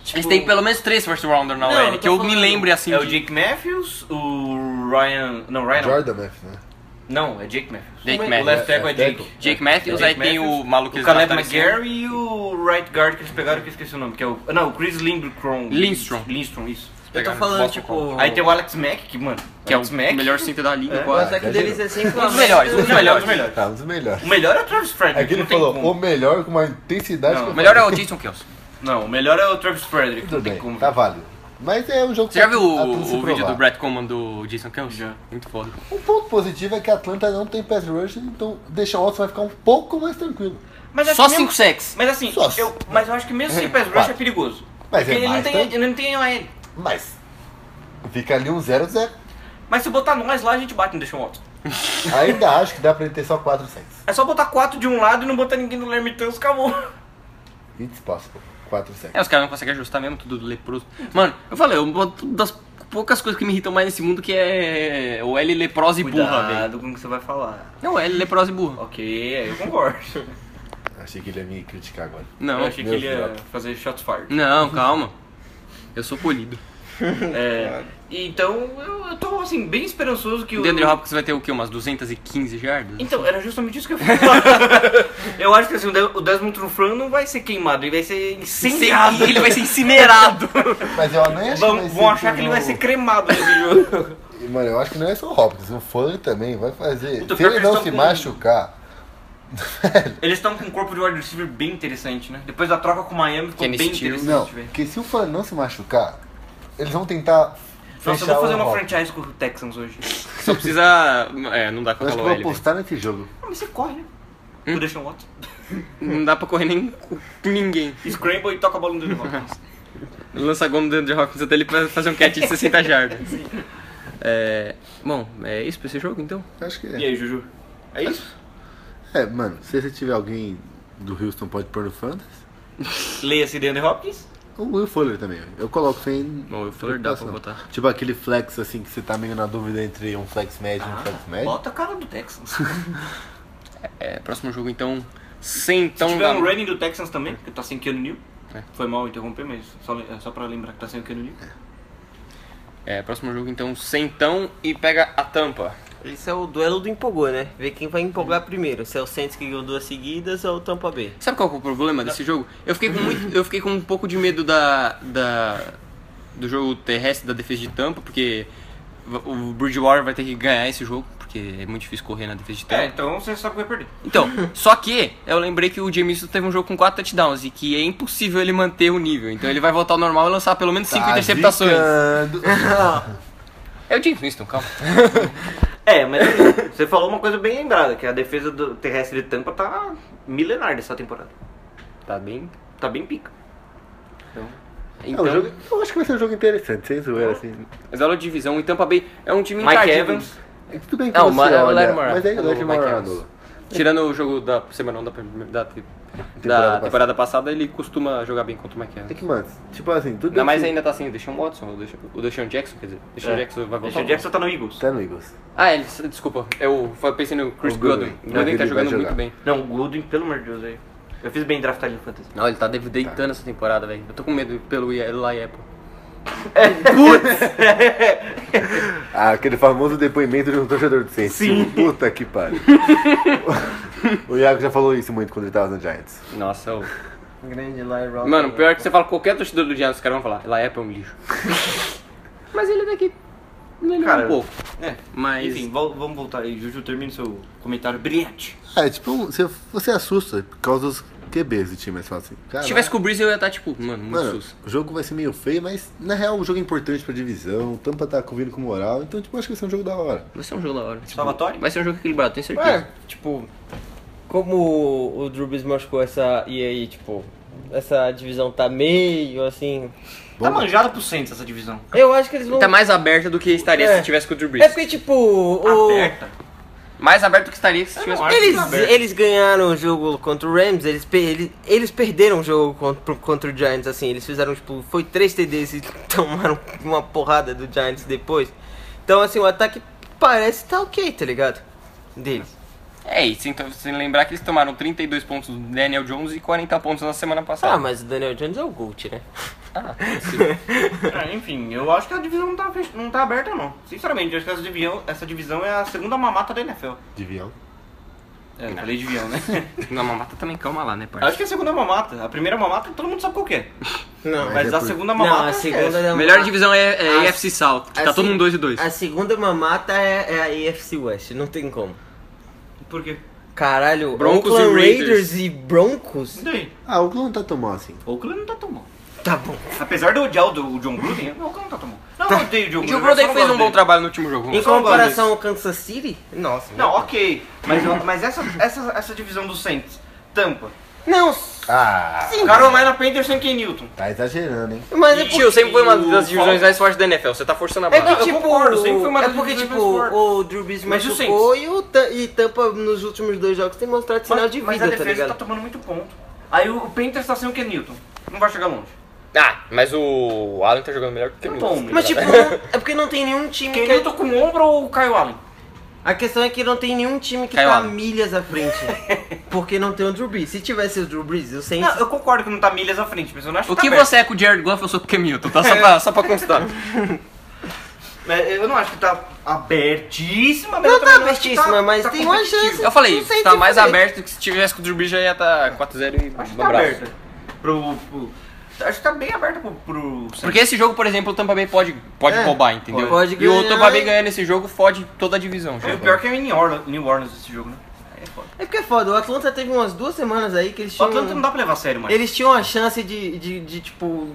Speaker 4: Tipo,
Speaker 2: Eles têm pelo menos 3 first rounder na OL,
Speaker 4: Não, eu tô
Speaker 2: que eu me
Speaker 4: falando-
Speaker 2: lembre assim.
Speaker 1: É o
Speaker 2: de...
Speaker 1: Jake Matthews, o Ryan. Não, Ryan. não.
Speaker 5: Jordan, né?
Speaker 1: Não, é Jake Matthews.
Speaker 2: Jake
Speaker 1: o
Speaker 2: Matthews.
Speaker 1: left tackle é
Speaker 5: Left tackle.
Speaker 1: Jake.
Speaker 2: Jake Matthews,
Speaker 1: Jake
Speaker 2: aí tem o
Speaker 1: Matthews,
Speaker 2: maluco que
Speaker 1: O
Speaker 2: eles
Speaker 1: Caleb
Speaker 2: draftaram esse ano.
Speaker 1: McGarry e o right guard que eles pegaram, que eu esqueci o nome, que é o. Não, o Chris Lindstrom.
Speaker 2: Lindstrom.
Speaker 1: Lindstrom, isso.
Speaker 4: Eu tô
Speaker 2: Pegaram
Speaker 4: falando,
Speaker 2: Boston
Speaker 4: tipo.
Speaker 2: College.
Speaker 1: Aí tem o Alex Mack, que, mano.
Speaker 2: Que é
Speaker 1: Alex
Speaker 2: o
Speaker 1: Mack.
Speaker 2: melhor center da liga,
Speaker 1: É.
Speaker 4: O
Speaker 2: quase.
Speaker 4: ataque
Speaker 5: Ah,
Speaker 4: deles é sempre
Speaker 2: Um dos melhores, um
Speaker 1: Os
Speaker 2: dos
Speaker 1: melhores,
Speaker 2: melhores.
Speaker 1: os melhores.
Speaker 5: Tá, um dos melhores.
Speaker 1: O melhor é o Travis Frederick.
Speaker 5: Aqui ele
Speaker 1: não tem
Speaker 5: falou,
Speaker 1: como.
Speaker 5: o melhor com uma intensidade
Speaker 1: Não,
Speaker 5: que eu
Speaker 2: O melhor é o Jason Kelsey.
Speaker 1: Não, o melhor é o Travis Frederick.
Speaker 5: Tudo
Speaker 1: Não tem
Speaker 5: bem,
Speaker 1: como.
Speaker 5: tá válido. Mas é um jogo
Speaker 2: Você já viu
Speaker 5: tá tudo se
Speaker 2: o, o vídeo
Speaker 5: provar.
Speaker 2: do Brett Coleman do Jason Kelsey?
Speaker 1: Já.
Speaker 2: Muito foda.
Speaker 5: Um ponto positivo é que a Atlanta não tem pass rush, então deixar o Watson vai ficar um pouco mais tranquilo.
Speaker 1: Mas acho
Speaker 2: Só
Speaker 1: que mesmo-
Speaker 2: 5 sacks.
Speaker 1: Mas assim,
Speaker 5: Só
Speaker 1: eu, mas eu acho que mesmo sem pass rush é
Speaker 5: Quatro.
Speaker 1: perigoso.
Speaker 5: Mas
Speaker 1: Porque
Speaker 5: é
Speaker 1: ele, não
Speaker 5: mais,
Speaker 1: tem,
Speaker 5: tá?
Speaker 1: ele não tem AL.
Speaker 5: Mas fica ali um 0-0.
Speaker 1: Mas se botar nós lá, a gente bate no Deixon Watson.
Speaker 5: Ainda acho que dá pra ele ter só 4 sacks.
Speaker 1: É só botar quatro de um lado e não botar ninguém no Lermitans, acabou.
Speaker 5: It's possible. 4 sacks.
Speaker 2: É, os caras não conseguem ajustar mesmo, tudo leproso. Mano, eu falei, uma das poucas coisas que me irritam mais nesse mundo que é o L leprosa e burra, velho.
Speaker 1: com o que você vai falar.
Speaker 2: Não, L leprosa e burra.
Speaker 1: Ok, eu concordo.
Speaker 5: Achei que ele ia me criticar agora.
Speaker 2: Não,
Speaker 1: eu achei que
Speaker 5: meu
Speaker 1: ele ia
Speaker 5: Deus.
Speaker 1: fazer shots fired.
Speaker 2: não, calma. Eu sou polido.
Speaker 1: É, e então, eu, eu tô, assim, bem esperançoso que
Speaker 2: O
Speaker 1: o...
Speaker 2: DeAndre Hopkins vai ter o quê? Umas 215 jardas?
Speaker 1: Então, era justamente isso que eu ia falar. eu acho que assim, o De- o Desmond Trufant não vai ser queimado, ele vai ser incendiado.
Speaker 2: Ele vai ser incinerado.
Speaker 3: Mas eu nem acho
Speaker 1: Vão,
Speaker 3: que vai
Speaker 1: vão achar que ele vai ser cremado nesse jogo.
Speaker 3: E, Mano, eu acho que não é só o Hopkins, o Foley também vai fazer.
Speaker 1: Puta,
Speaker 3: Se
Speaker 1: pior
Speaker 3: ele
Speaker 1: que eles
Speaker 3: não
Speaker 1: tão
Speaker 3: se
Speaker 1: com-
Speaker 3: machucar,
Speaker 1: Eles estão com um corpo de wide receiver bem interessante, né? Depois da troca com o Miami ficou
Speaker 2: Kenny
Speaker 1: bem
Speaker 2: Stills.
Speaker 1: interessante.
Speaker 3: não,
Speaker 1: velho.
Speaker 3: porque se o Foley não se machucar, eles vão tentar.
Speaker 1: Nossa, eu
Speaker 3: fechar
Speaker 1: vou fazer
Speaker 3: o
Speaker 1: uma
Speaker 3: Hopkins.
Speaker 1: franchise com o Texans hoje.
Speaker 2: Só precisa. É, não dá
Speaker 3: Eu
Speaker 2: pra
Speaker 3: acho que
Speaker 2: falar o
Speaker 3: eu vou
Speaker 2: L. velho.
Speaker 3: apostar nesse jogo.
Speaker 1: Ah, mas você corre, né? O Deshaun Watson.
Speaker 2: Não dá pra correr nem com ninguém.
Speaker 1: Scramble e toca a bola no Danny Hopkins.
Speaker 2: Lança a goma do DeAndre Hopkins até ele pra fazer um catch de 60 jardas. É, bom, é isso pra esse jogo então?
Speaker 3: Eu Acho que
Speaker 1: E
Speaker 3: é.
Speaker 1: aí, Juju? É isso?
Speaker 3: É, mano, se você tiver alguém do Houston, pode pôr no Fantasy.
Speaker 1: Leia-se DeAndre Hopkins.
Speaker 3: Ou o Will Fuller também. Eu coloco sem.
Speaker 2: Bom, o Fuller dá pra botar.
Speaker 3: Tipo aquele flex assim que você tá meio na dúvida entre um flex médio e
Speaker 2: Ah,
Speaker 3: um flex médio.
Speaker 1: Ah, Bota a cara do Texans.
Speaker 2: É, próximo jogo então. Sem
Speaker 1: Se
Speaker 2: então.
Speaker 1: tiver um
Speaker 2: da-
Speaker 1: running do Texans também, que tá sem Keanu Neal.
Speaker 2: É.
Speaker 1: Foi mal interromper, mas só, le- só pra lembrar que tá sem o Keanu Neal.
Speaker 2: É, próximo jogo então, sem então e pega a tampa.
Speaker 4: Esse é o duelo do empolgou, né? Ver quem vai empolgar primeiro. Se é o Saints que ganhou duas seguidas ou o Tampa Bay.
Speaker 2: Sabe qual que é o problema desse jogo? Eu fiquei com muito, eu fiquei com um pouco de medo da, da do jogo terrestre da defesa de Tampa, porque o Bridgewater vai ter que ganhar esse jogo, porque é muito difícil correr na defesa de Tampa.
Speaker 1: É, então você sabe que vai perder.
Speaker 2: Então, só que eu lembrei que o Jameson teve um jogo com 4 touchdowns e que é impossível ele manter o nível. Então ele vai voltar ao normal e lançar pelo menos 5
Speaker 3: Tá
Speaker 2: interceptações.
Speaker 3: zicando.
Speaker 2: É o Jameson, calma.
Speaker 1: É, mas você falou uma coisa bem lembrada, que a defesa do terrestre de Tampa tá milenar dessa temporada.
Speaker 2: Tá bem.
Speaker 1: Tá bem pica.
Speaker 2: Então,
Speaker 3: É, o jogo- eu acho que vai ser um jogo interessante, sem zoeira, assim.
Speaker 2: mas olha a divisão. E Tampa Bay é um time
Speaker 1: Mike
Speaker 2: encardido.
Speaker 1: Evans.
Speaker 3: É, Tudo bem que
Speaker 2: Não,
Speaker 3: você
Speaker 2: mas é o
Speaker 3: olha,
Speaker 2: Lattimore.
Speaker 3: mas aí o
Speaker 2: Anula,
Speaker 3: Lattimore
Speaker 2: Mike Evans.
Speaker 3: anula.
Speaker 2: Tirando o jogo da semana não, da, prim- da, tri- da
Speaker 3: Temporada
Speaker 2: temporada passada, ele costuma jogar bem contra o Mike
Speaker 3: É
Speaker 2: Evans.
Speaker 3: que, mano, tipo assim, tudo
Speaker 2: Ainda
Speaker 3: bem
Speaker 2: mais
Speaker 3: que
Speaker 2: ainda tá sem o Deshaun Watson, o Deshaun, o Deshaun Jackson, quer dizer. O Deshaun
Speaker 1: É.
Speaker 2: Jackson vai voltar.
Speaker 1: Deixa o Jackson tá no Eagles.
Speaker 3: Tá no Eagles.
Speaker 2: Ah, ele, desculpa, eu foi- pensei no Chris
Speaker 3: O Goodwin.
Speaker 2: Godwin. O
Speaker 3: Não,
Speaker 2: Godwin
Speaker 3: ele
Speaker 2: tá
Speaker 3: vai
Speaker 2: jogando
Speaker 3: jogar.
Speaker 2: muito bem.
Speaker 1: Não, o Golden, pelo amor de Deus, aí. Eu fiz bem draftar ele no Fantasy.
Speaker 2: Não, ele tá dev- deitando essa temporada, velho. Eu tô com medo pelo I- Eli Apple.
Speaker 3: Ah, aquele famoso depoimento de um torcedor do Saints. Sim. Puta que pariu. o Iago já falou isso muito quando ele tava no Giants.
Speaker 2: Nossa, ô.
Speaker 4: Grande Eli Rock.
Speaker 2: Mano, pior que você fala qualquer torcedor do Giants, os caras vão falar, Eli Apple é um lixo. Mas ele é daqui. Ele
Speaker 1: Cara,
Speaker 2: um pouco.
Speaker 1: É.
Speaker 2: Mas.
Speaker 1: Enfim, vol- vamos voltar aí. Juju, termina seu comentário brilhante.
Speaker 3: É, tipo, você, você assusta por causa dos QBs do time, é só assim.
Speaker 2: se
Speaker 3: Caralho.
Speaker 2: tivesse com o Breeze, eu ia estar, tipo, mano, muito
Speaker 3: Mano,
Speaker 2: susto.
Speaker 3: o jogo vai ser meio feio, mas na real o jogo é importante pra divisão. O Tampa tá vindo com moral, então, tipo, acho que vai ser um jogo da hora.
Speaker 2: Vai ser um jogo da hora. Tipo,
Speaker 1: Salvatore?
Speaker 2: vai ser um jogo equilibrado, tenho certeza.
Speaker 4: É, tipo, como o Drew Brees machucou essa. E aí, tipo, essa divisão tá meio assim.
Speaker 1: Tá
Speaker 3: né,
Speaker 1: manjada pro Saints essa divisão.
Speaker 4: Eu acho que eles vão.
Speaker 2: Tá mais aberta do que estaria
Speaker 4: É.
Speaker 2: se tivesse com o Drew
Speaker 4: É
Speaker 2: Brees.
Speaker 4: porque, tipo, o.
Speaker 1: Aperta.
Speaker 2: Mais aberta do que estaria se tivesse com
Speaker 1: acho
Speaker 4: Eles,
Speaker 1: Tá aberto.
Speaker 4: eles ganharam o jogo contra o Rams, eles, pe- eles, eles perderam o jogo contra, contra o Giants, assim, eles fizeram, tipo, foi três TDs e tomaram uma porrada do Giants depois. Então, assim, o ataque parece tá ok, tá ligado? Deles.
Speaker 2: É, e sem, sem lembrar que eles tomaram 32 pontos do Daniel Jones e 40 pontos na semana passada. Ah.
Speaker 4: Ah, mas o Daniel Jones é o Gold, né?
Speaker 1: É, enfim, eu acho que a divisão não tá, fech- não tá aberta, não. Sinceramente, eu acho que essa divisão, essa divisão é a segunda mamata da NFL.
Speaker 3: Divião.
Speaker 1: É, eu falei divisão, né?
Speaker 2: Na mamata também calma lá, né, parça?
Speaker 1: acho que é a segunda mamata. A primeira mamata todo mundo sabe qual que é.
Speaker 4: Não,
Speaker 1: Mas
Speaker 3: é
Speaker 1: a
Speaker 3: por-
Speaker 1: segunda mamata.
Speaker 4: Então, a
Speaker 1: acho que é
Speaker 4: segunda
Speaker 1: essa.
Speaker 4: da
Speaker 2: Melhor divisão é, é
Speaker 4: As-
Speaker 2: AFC South, que tá
Speaker 4: assim,
Speaker 2: todo mundo 2 e 2.
Speaker 4: A segunda mamata é, é a AFC West, não tem como.
Speaker 1: Por quê?
Speaker 4: Caralho,
Speaker 2: Broncos e
Speaker 4: Oakland
Speaker 2: Raiders.
Speaker 4: e Broncos?
Speaker 1: E daí?
Speaker 3: Ah, o Oakland tá tomando assim.
Speaker 1: Oakland não tá tomando.
Speaker 4: Tá bom.
Speaker 1: Apesar de eu odiar o, do- o John Gruden, o Oakland não tá tomando. Não, eu odeio o John
Speaker 2: O
Speaker 1: Gruden.
Speaker 2: Joe
Speaker 1: eu
Speaker 2: Gruden
Speaker 1: só não
Speaker 2: fez um
Speaker 1: gosto
Speaker 2: bom
Speaker 1: dele.
Speaker 2: trabalho no último jogo.
Speaker 4: Em
Speaker 2: vamos lá.
Speaker 1: Só um
Speaker 4: comparação ao Kansas City? Nossa.
Speaker 1: Não, ok. Mas, eu- mas essa, essa, essa divisão do Saints, Tampa,
Speaker 4: Não,
Speaker 3: Ah,
Speaker 1: Carolina Panthers, Sam Ken Newton.
Speaker 3: tá exagerando, hein?
Speaker 4: mas é
Speaker 2: Tio, sempre foi uma das
Speaker 1: E o
Speaker 2: divisões
Speaker 1: Falcons-
Speaker 2: mais fortes da NFL, você tá forçando a
Speaker 4: É
Speaker 2: barra.
Speaker 4: que,
Speaker 1: eu
Speaker 4: tipo,
Speaker 1: concordo, sempre foi uma
Speaker 4: é
Speaker 1: das
Speaker 4: porque,
Speaker 1: divisões
Speaker 4: tipo,
Speaker 1: mais fortes.
Speaker 4: o Drew Brees
Speaker 1: Mas e o
Speaker 4: machucou e, o Ta- e Tampa nos últimos dois jogos tem mostrado sinal de
Speaker 1: mas
Speaker 4: vida,
Speaker 1: a
Speaker 4: tá
Speaker 1: defesa tá
Speaker 4: ligado?
Speaker 1: tomando muito ponto. Aí o Panthers tá sem o Ken Newton. Não vai chegar longe.
Speaker 2: Ah, mas o Allen tá jogando melhor que o
Speaker 1: Tá
Speaker 4: Então,
Speaker 1: bom,
Speaker 2: Cam Newton.
Speaker 4: Mas, tipo, não- é porque não tem nenhum time
Speaker 1: Ken
Speaker 4: que...
Speaker 1: Newton com o ombro ou o Kyle Allen?
Speaker 4: A questão é que não tem nenhum time que
Speaker 2: Caiu
Speaker 4: tá
Speaker 2: água.
Speaker 4: milhas à frente. porque não tem o Drew Brees. Se tivesse o Drew Brees, eu sei.
Speaker 1: Não, eu concordo que não tá milhas à frente, mas eu não acho
Speaker 2: O
Speaker 1: que,
Speaker 2: que
Speaker 1: tá perto.
Speaker 2: você é com o Jared Goff, eu sou com o Camilton, tá? Só pra, só pra constar.
Speaker 1: Mas Eu não acho que tá abertíssima, mas
Speaker 4: Não
Speaker 1: eu
Speaker 4: tá
Speaker 1: também acho que tá
Speaker 4: abertíssima, mas tem uma
Speaker 1: competitiva.
Speaker 4: chance.
Speaker 2: Eu falei,
Speaker 4: Não sei
Speaker 2: tá
Speaker 4: se
Speaker 2: mais
Speaker 4: fazer.
Speaker 2: aberto do que se tivesse com o Drew Brees, já ia tá 4-0 e
Speaker 1: Acho que
Speaker 2: um
Speaker 1: tá
Speaker 2: abraço.
Speaker 1: aberta. Pro, pro- Acho que tá bem aberta pro. pro
Speaker 2: Porque esse jogo, por exemplo, o Tampa Bay pode, pode
Speaker 4: É,
Speaker 2: roubar, entendeu?
Speaker 4: pode
Speaker 2: e o
Speaker 4: ganhar
Speaker 2: Tampa Bay
Speaker 4: e-
Speaker 2: ganhando esse jogo fode toda a divisão.
Speaker 1: É,
Speaker 2: já.
Speaker 1: o pior que é em New Orleans, New Orleans esse jogo, né? Aí É foda.
Speaker 4: É porque é foda. O Atlanta teve umas duas semanas aí que eles
Speaker 1: O
Speaker 4: tinham.
Speaker 1: Atlanta não dá pra levar a sério, mano.
Speaker 4: Eles tinham a chance de, de, de, tipo,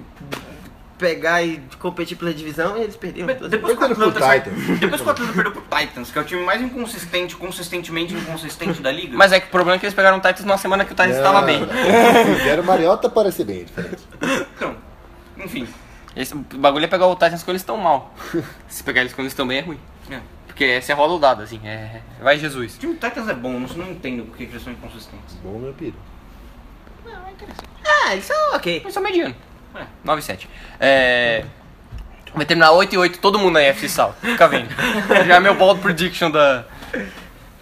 Speaker 4: pegar e competir pela divisão e eles perderam.
Speaker 1: Depois que, o
Speaker 3: Perderam pro
Speaker 1: Atlanta saiu-
Speaker 3: Titans.
Speaker 1: depois que o Atlanta perdeu pro Titans, que é o time mais inconsistente, consistentemente inconsistente da liga.
Speaker 2: Mas é que o problema é que eles pegaram o Titans numa semana que o Titans tava tá bem.
Speaker 3: Fizeram o Mariota parecer bem, é diferente.
Speaker 1: Então, enfim.
Speaker 2: Esse, o bagulho é pegar o Titans quando eles estão mal. Se pegar eles quando eles estão bem é ruim.
Speaker 1: É.
Speaker 2: Porque você rola o dado, assim. É... Vai Jesus.
Speaker 1: O time do Titans é bom, eu não entendo por que eles são inconsistentes.
Speaker 3: Bom, meu filho.
Speaker 4: Ah, eles são ok.
Speaker 2: Mas são mediano.
Speaker 1: É.
Speaker 2: 9 e 7. É... Vai terminar 8 e 8 todo mundo na FC South. Fica vendo. Já é meu bold prediction da...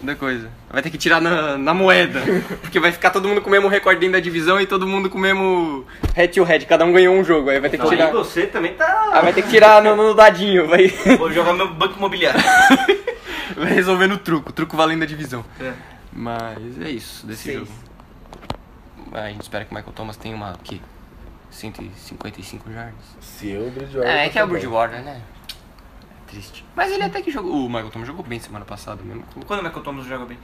Speaker 2: Da coisa. Vai ter que tirar na, na moeda. Porque vai ficar todo mundo com o mesmo recorde dentro da divisão e todo mundo com o mesmo head to head. Cada um ganhou um jogo. Aí vai ter que tirar.
Speaker 1: você também
Speaker 2: Aí
Speaker 1: tá.
Speaker 2: vai ter que tirar no, no dadinho. Vai,
Speaker 1: Vou jogar meu banco imobiliário.
Speaker 2: vai resolver no truco. Truco valendo a divisão.
Speaker 1: É.
Speaker 2: Mas é isso desse
Speaker 4: Seis.
Speaker 2: jogo. A gente espera que o Michael Thomas tenha uma. O quê? 155 jardas.
Speaker 3: Se eu, o Bridgewater.
Speaker 2: É, é
Speaker 3: tá
Speaker 2: que é o
Speaker 3: bom.
Speaker 2: Bridgewater, né? É triste. Mas ele até que jogou. O Michael Thomas jogou bem semana passada mesmo.
Speaker 1: Quando é o Michael Thomas joga bem?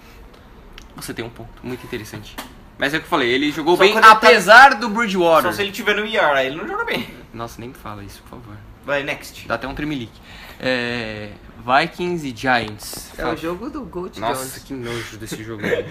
Speaker 2: Você tem um ponto muito interessante. Mas é o que eu falei, ele jogou
Speaker 1: Só
Speaker 2: bem
Speaker 1: quando ele tá-
Speaker 2: apesar do
Speaker 1: Só
Speaker 2: Bridgewater.
Speaker 1: se ele tiver no IR, aí ele não joga bem.
Speaker 2: Nossa, nem me fala isso, por favor.
Speaker 1: Vai, next.
Speaker 2: Dá até um tremelique. É... Vikings e Giants.
Speaker 4: É o jogo do Gold
Speaker 2: Nossa,
Speaker 4: Jones.
Speaker 2: que nojo desse jogo. né?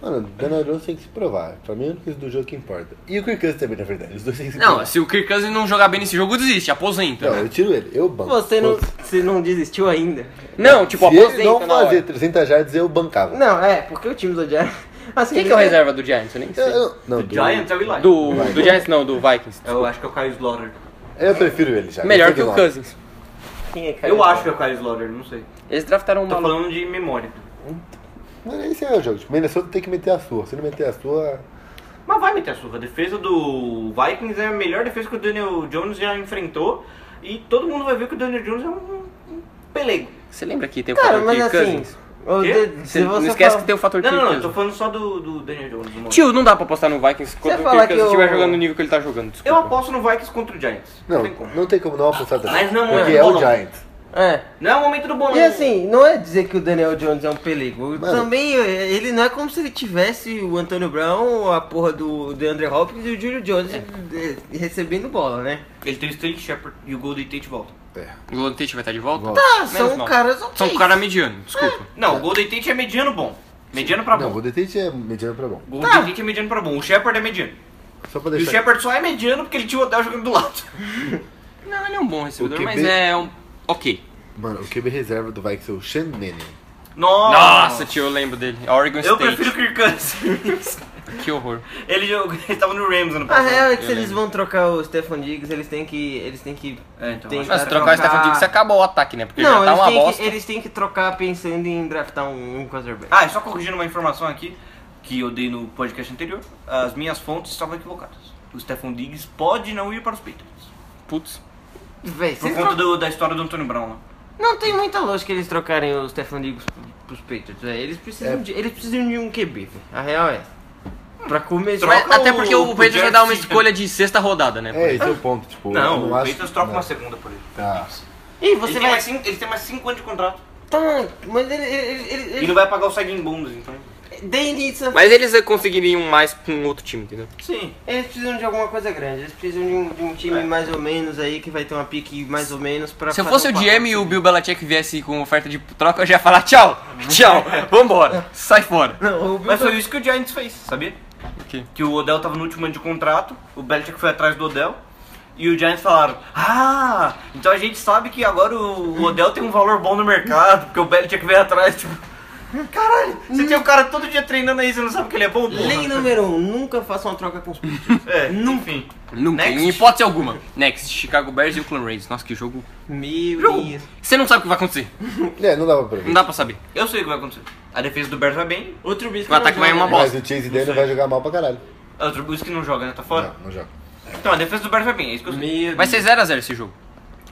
Speaker 3: Mano, Daniel Jones tem que se provar. Pra mim é a única coisa do jogo que importa. E o Kirk Cousins também, na verdade. Os dois têm que se
Speaker 2: não,
Speaker 3: provar.
Speaker 2: se o Kirk Cousins não jogar bem nesse jogo, desiste, aposenta.
Speaker 3: Não, eu tiro ele. Eu banco.
Speaker 4: Você não,
Speaker 3: Se
Speaker 4: você não desistiu ainda?
Speaker 2: Não, tipo, aposenta
Speaker 3: ele não
Speaker 2: na hora.
Speaker 3: fazer 300 jardas, eu bancava.
Speaker 4: Não, é, porque o time do Giants. Assim,
Speaker 2: Quem que é o reserva do Giants? Eu nem
Speaker 3: Eu-
Speaker 2: sei.
Speaker 3: eu- não,
Speaker 1: Do Giants é o Eli.
Speaker 2: Do, do Giants não, do Vikings.
Speaker 1: Eu acho que é o Caio Slaughter. é
Speaker 3: Eu prefiro ele já.
Speaker 2: Melhor que o
Speaker 3: Cousins.
Speaker 2: Cousins.
Speaker 4: Quem é Kyle
Speaker 1: Eu acho que é
Speaker 4: Pitts?
Speaker 1: o Caio Slaughter, não sei.
Speaker 2: Eles draftaram um
Speaker 1: Tô
Speaker 2: maluco.
Speaker 1: falando de memória.
Speaker 3: Mas esse é o jogo. Tipo, Minnesota tem que meter a sua. Se não meter a sua.
Speaker 1: Mas vai meter a surra. A defesa do Vikings é a melhor defesa que o Daniel Jones já enfrentou. E todo mundo vai ver que o Daniel Jones é um, um pelego.
Speaker 2: Você lembra que tem é o
Speaker 4: Cara,
Speaker 2: fator
Speaker 4: mas
Speaker 2: Kirk
Speaker 4: assim.
Speaker 2: Cousins?
Speaker 4: o
Speaker 1: Quê?
Speaker 4: de-
Speaker 2: Você
Speaker 4: Se
Speaker 2: não
Speaker 4: você
Speaker 2: esquece
Speaker 4: fala-
Speaker 2: que tem o fator
Speaker 1: Não,
Speaker 2: Kirk
Speaker 1: não, não. Eu tô
Speaker 2: Cousins.
Speaker 1: falando só do, do Daniel Jones. no momento.
Speaker 2: Tio, não dá pra apostar no Vikings quando o
Speaker 4: falar
Speaker 2: Kirk
Speaker 4: que
Speaker 2: Cousins estiver
Speaker 4: eu-
Speaker 2: jogando no nível que ele tá jogando. desculpa.
Speaker 1: Eu aposto no Vikings contra o Giants. Não,
Speaker 3: Não,
Speaker 1: tem como.
Speaker 3: não tem como não apostar também.
Speaker 1: Mas não, um
Speaker 3: Porque
Speaker 1: mano,
Speaker 3: é o
Speaker 1: não.
Speaker 3: Giants.
Speaker 2: um-
Speaker 4: É.
Speaker 1: Não é o momento do bom.
Speaker 4: E assim, não é dizer que o Daniel Jones é um perigo.
Speaker 3: Mano.
Speaker 4: Também é, ele não é como se ele tivesse o Antônio Brown, a porra do DeAndre Hopkins e o Júlio Jones
Speaker 2: É.
Speaker 4: eh, recebendo bola, né?
Speaker 1: Ele tem o Stanley Shepard e o Golden Tate volta.
Speaker 3: É,
Speaker 2: O Golden Tate vai estar de volta?
Speaker 3: Volta.
Speaker 4: Ah,
Speaker 2: Menos
Speaker 4: são
Speaker 2: mal.
Speaker 4: caras ok.
Speaker 2: São um cara mediano, desculpa.
Speaker 1: Não, o Golden Tate é mediano bom. Mediano pra
Speaker 3: Não,
Speaker 1: bom.
Speaker 3: o Detente é mediano pra bom.
Speaker 1: O Golden Tate é mediano pra bom. O Shepard é mediano.
Speaker 3: Só pra
Speaker 1: E o
Speaker 3: deixar.
Speaker 1: Shepard só é mediano porque ele tinha o hotel jogando do lado.
Speaker 2: Não, ele é um bom recebedor,
Speaker 3: O QB
Speaker 2: mas é um... Ok.
Speaker 3: Mano, o QB reserva do Vikings é o Sean Mannion.
Speaker 1: Nossa,
Speaker 2: Nossa, tio, eu lembro dele. Oregon
Speaker 1: Eu
Speaker 2: State.
Speaker 1: prefiro o Kirk Cousins.
Speaker 2: Que horror.
Speaker 1: ele, jogou, ele tava no Rams ano
Speaker 4: A
Speaker 1: passado.
Speaker 4: real é que se
Speaker 2: Eu
Speaker 4: eles
Speaker 2: lembro.
Speaker 4: vão trocar o Stefan Diggs, eles têm que. Eles têm que.
Speaker 1: É, então,
Speaker 4: tem
Speaker 1: acho Vai
Speaker 2: Mas se trocar o Stefan Diggs, acabou o ataque, né? Porque já tá
Speaker 4: Não, eles,
Speaker 2: uma
Speaker 4: têm que,
Speaker 2: bosta.
Speaker 4: eles têm que trocar pensando em draftar um, um quarterback.
Speaker 1: Ah, e só corrigindo uma informação aqui que eu dei no podcast anterior, as minhas fontes estavam equivocadas. O Stefan Diggs pode não ir para os Patriots.
Speaker 2: Putz.
Speaker 4: Véi,
Speaker 1: Por
Speaker 4: vocês
Speaker 1: conta
Speaker 4: tro-
Speaker 1: do- da história do Antônio Brown. lá.
Speaker 4: Não tem muita lógica eles trocarem o Stefan Diggs pro- pros Patriots. né? Eles, precisam
Speaker 3: É.
Speaker 4: de, eles precisam de um QB. véi. A real é.
Speaker 2: Hum.
Speaker 4: Pra começar.
Speaker 1: Troca
Speaker 2: Mas até
Speaker 1: o-
Speaker 2: porque o,
Speaker 1: o
Speaker 2: Pedro vai
Speaker 1: Jets
Speaker 2: dar uma
Speaker 1: e-
Speaker 2: escolha de sexta rodada, né?
Speaker 3: É, esse é o ponto. Tipo, eu
Speaker 1: Não, o
Speaker 3: acho-
Speaker 1: Patriots troca
Speaker 3: não.
Speaker 1: uma segunda por ele.
Speaker 3: Tá.
Speaker 4: Ih,
Speaker 1: Ele
Speaker 4: você
Speaker 1: tem,
Speaker 4: vai.
Speaker 1: mais cinco, ele tem mais 5 anos de contrato.
Speaker 4: Tá, mas ele. ele, ele,
Speaker 1: E
Speaker 4: ele,
Speaker 1: não vai pagar o Saguin Bundes, então.
Speaker 4: They need some-
Speaker 2: Mas eles conseguiriam mais com outro time, entendeu?
Speaker 1: Sim.
Speaker 4: Eles precisam de alguma coisa grande. Eles precisam de um, de um time mais ou menos aí que vai ter uma pique mais ou menos pra.
Speaker 2: É. Se eu
Speaker 4: fazer
Speaker 2: fosse
Speaker 4: um
Speaker 2: o
Speaker 4: pacote.
Speaker 2: GM e o Bill Belichick viesse com oferta de troca, eu já ia falar tchau, tchau, vambora, sai fora.
Speaker 4: Não, o Bill
Speaker 1: Mas foi isso que o Giants fez, sabia?
Speaker 2: Ok.
Speaker 1: Que o Odell tava no último ano de contrato, o Belichick foi atrás do Odell. E o Giants falaram, ah, então a gente sabe que agora o o Odell tem um valor bom no mercado, porque o Belichick veio atrás, tipo... Caralho, você tem o cara todo dia treinando aí, você não sabe que ele é bom, porra?
Speaker 4: Lei número 1, um, nunca faça uma troca com os pitchers.
Speaker 1: É, enfim.
Speaker 2: Nunca,
Speaker 1: Next.
Speaker 2: em hipótese alguma. Next, Chicago Bears e Oakland Raiders. Nossa, que jogo.
Speaker 4: Meu
Speaker 2: Jogo.
Speaker 4: Deus.
Speaker 2: Você não sabe o que vai acontecer.
Speaker 3: É, não dava pra
Speaker 2: Não
Speaker 3: ver.
Speaker 2: dá pra saber.
Speaker 1: Eu sei o que vai acontecer. A defesa do Bears vai bem,
Speaker 4: O Trubisky
Speaker 2: O ataque vai uma
Speaker 4: né?
Speaker 2: bola.
Speaker 3: Mas o Chase Daniel vai jogar mal pra caralho.
Speaker 1: a Trubisky não joga, né? Tá fora.
Speaker 3: Não, não joga.
Speaker 1: Então, a defesa do Bears vai bem, é isso que eu sei.
Speaker 4: Meu
Speaker 2: Vai ser
Speaker 4: Deus.
Speaker 2: 0x0 esse jogo.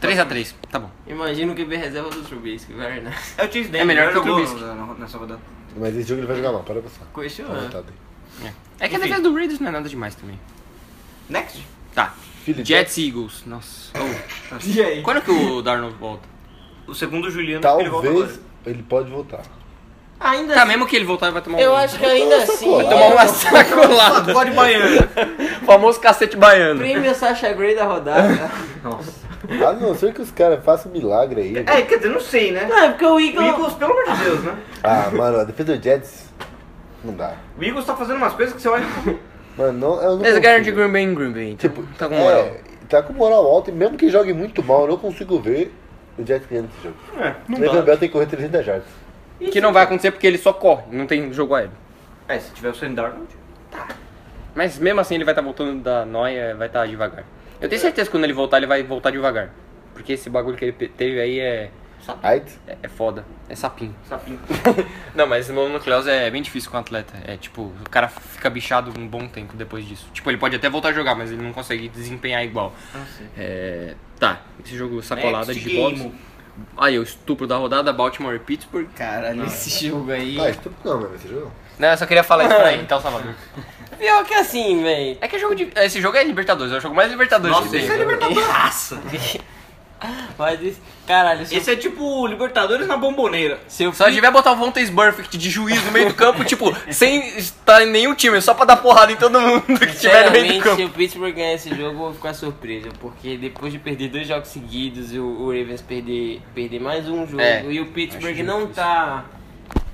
Speaker 2: 3x3, tá bom.
Speaker 4: Imagina o QB reserva do Trubisky, vai, né?
Speaker 1: É o Chase Daniel,
Speaker 2: É melhor que o
Speaker 1: jogou
Speaker 2: Trubisky.
Speaker 1: na- na- nessa rodada.
Speaker 3: Mas esse jogo ele vai jogar mal, para pensar. Tá
Speaker 2: Ah,
Speaker 4: Questionando.
Speaker 3: voltado aí.
Speaker 2: É que a
Speaker 1: Enfim.
Speaker 2: defesa do Raiders não é nada demais também.
Speaker 1: Next.
Speaker 2: Tá.
Speaker 3: Philly
Speaker 2: Jets e Eagles. Nossa. Oh.
Speaker 4: E aí?
Speaker 2: Quando é que o Darnold volta?
Speaker 1: O segundo Juliano, ele volta
Speaker 3: Talvez
Speaker 1: agora.
Speaker 3: ele pode voltar.
Speaker 4: Ainda
Speaker 2: Tá, mesmo que ele voltar, ele vai tomar um.
Speaker 4: Eu acho que ainda assim.
Speaker 3: sacolada.
Speaker 2: Tomar uma sacolada.
Speaker 1: Pode Baiano.
Speaker 2: O famoso cacete baiano.
Speaker 4: Prêmio Sasha Grey da rodada.
Speaker 1: Nossa.
Speaker 3: A não ser que os caras façam milagre aí.
Speaker 1: É, quer dizer, não sei, né?
Speaker 4: Não, é porque o
Speaker 1: O
Speaker 4: Eagle.
Speaker 1: Eagles, pelo amor de Deus, né?
Speaker 3: Ah, mano, a defesa do Jets não dá.
Speaker 1: O Eagles tá fazendo umas coisas que você olha...
Speaker 3: Mano, não, eu não
Speaker 2: Eles ganharam de
Speaker 3: consigo.
Speaker 2: Green Bay em Green Bay. Então,
Speaker 3: Tipo,
Speaker 2: tá com moral.
Speaker 3: É, tá com moral alta e mesmo que jogue muito mal, eu não consigo ver o Jets ganhando esse jogo.
Speaker 1: É,
Speaker 3: O Levan Bell tem que correr 300 jardas.
Speaker 2: Que não vai acontecer porque ele só corre, não tem jogo aéreo.
Speaker 1: É, se tiver o Sam Darnold...
Speaker 2: Mas mesmo assim ele vai estar voltando da noia, vai estar devagar. Eu tenho certeza que quando ele voltar, ele vai voltar devagar. Porque esse bagulho que ele pe- teve aí é,
Speaker 3: Right?
Speaker 2: é, é foda. É sapinho.
Speaker 1: Sapinho.
Speaker 2: Não, mas mononucleose é bem difícil com o atleta. É tipo, o cara fica bichado um bom tempo depois disso. Tipo, ele pode até voltar a jogar, mas ele não consegue desempenhar igual.
Speaker 1: Ah, sim.
Speaker 2: É, tá, esse jogo sacolada
Speaker 1: Next
Speaker 2: de boxe.
Speaker 1: game.
Speaker 2: Aí, o estupro da rodada, Baltimore e Pittsburgh.
Speaker 4: Caralho, esse jogo aí.
Speaker 3: Ah, estúpido não, mano, esse jogo.
Speaker 2: Não, eu só queria falar isso pra ele, então, Salvador.
Speaker 4: Pior que assim, véi.
Speaker 2: É que é jogo de... Esse jogo é Libertadores, é o jogo mais Libertadores
Speaker 1: Nossa,
Speaker 2: que tem.
Speaker 1: esse é Libertadores. Raça.
Speaker 4: Mas esse. Caralho, se,
Speaker 1: Esse é tipo o Libertadores na bomboneira.
Speaker 4: se eu
Speaker 2: Só
Speaker 4: fui.
Speaker 2: tiver botar o Von Burfict de juiz no meio do campo, tipo, sem estar em nenhum time, só pra dar porrada em todo mundo que tiver no meio do
Speaker 4: Sinceramente, se
Speaker 2: campo.
Speaker 4: o Pittsburgh ganhar esse jogo, eu vou ficar surpreso. Porque depois de perder dois jogos seguidos, e o, o Ravens perder, perder mais um jogo,
Speaker 2: É,
Speaker 4: e o
Speaker 2: acho
Speaker 4: Pittsburgh
Speaker 2: difícil.
Speaker 4: não tá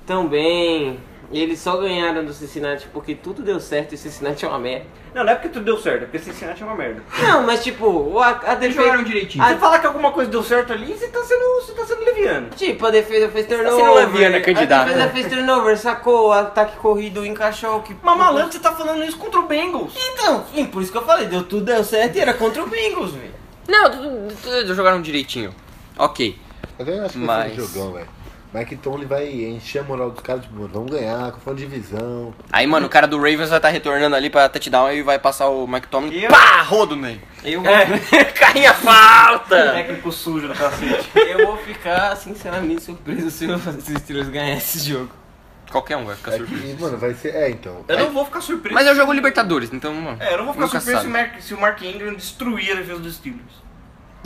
Speaker 4: tão bem. Eles só ganharam do Cincinnati porque tudo deu certo e o Cincinnati é uma merda.
Speaker 1: Não, não é porque tudo deu certo, é porque Cincinnati é uma merda.
Speaker 4: Não, mas tipo, o- a, a defesa.
Speaker 2: jogaram direitinho.
Speaker 4: a-
Speaker 1: Você falar que alguma coisa deu certo ali, você tá sendo, você tá sendo leviano.
Speaker 4: Tipo, a defesa fez
Speaker 2: sendo
Speaker 4: turnover.
Speaker 2: leviano, é
Speaker 4: A
Speaker 2: candidato.
Speaker 4: defesa fez turnover, sacou o ataque corrido, encaixou. Que...
Speaker 1: Mas malandro, você tá falando isso contra o Bengals.
Speaker 4: Então, sim, por isso que eu falei, deu tudo deu certo e era contra o Bengals, velho.
Speaker 2: Não, tu- tu- tu- jogaram direitinho. Ok.
Speaker 3: Mas eu acho que
Speaker 2: Mas-
Speaker 3: vai ser um jogão, velho. Mike Tomlin vai encher a moral dos caras, tipo, mano, vamos ganhar, com fã de divisão.
Speaker 2: Aí, mano, o cara do Ravens vai estar retornando ali pra touchdown e vai passar o Mike Tomlin.
Speaker 1: Eu-
Speaker 2: Pá! Rodo nele.
Speaker 4: Eu vou,
Speaker 1: É.
Speaker 2: Carinha falta!
Speaker 1: Técnico sujo da cacete.
Speaker 4: eu vou ficar sinceramente surpreso se os se os Steelers ganhar esse jogo.
Speaker 2: Qualquer um vai ficar
Speaker 3: É
Speaker 2: surpreso.
Speaker 3: que, mano, vai ser. É, então.
Speaker 1: Eu não vou ficar surpreso.
Speaker 2: Mas é o jogo Libertadores, então, mano.
Speaker 1: É, eu não vou ficar
Speaker 2: nunca
Speaker 1: surpreso se o,
Speaker 2: sabe.
Speaker 1: Mark, se o Mark Ingram destruir a defesa dos Steelers.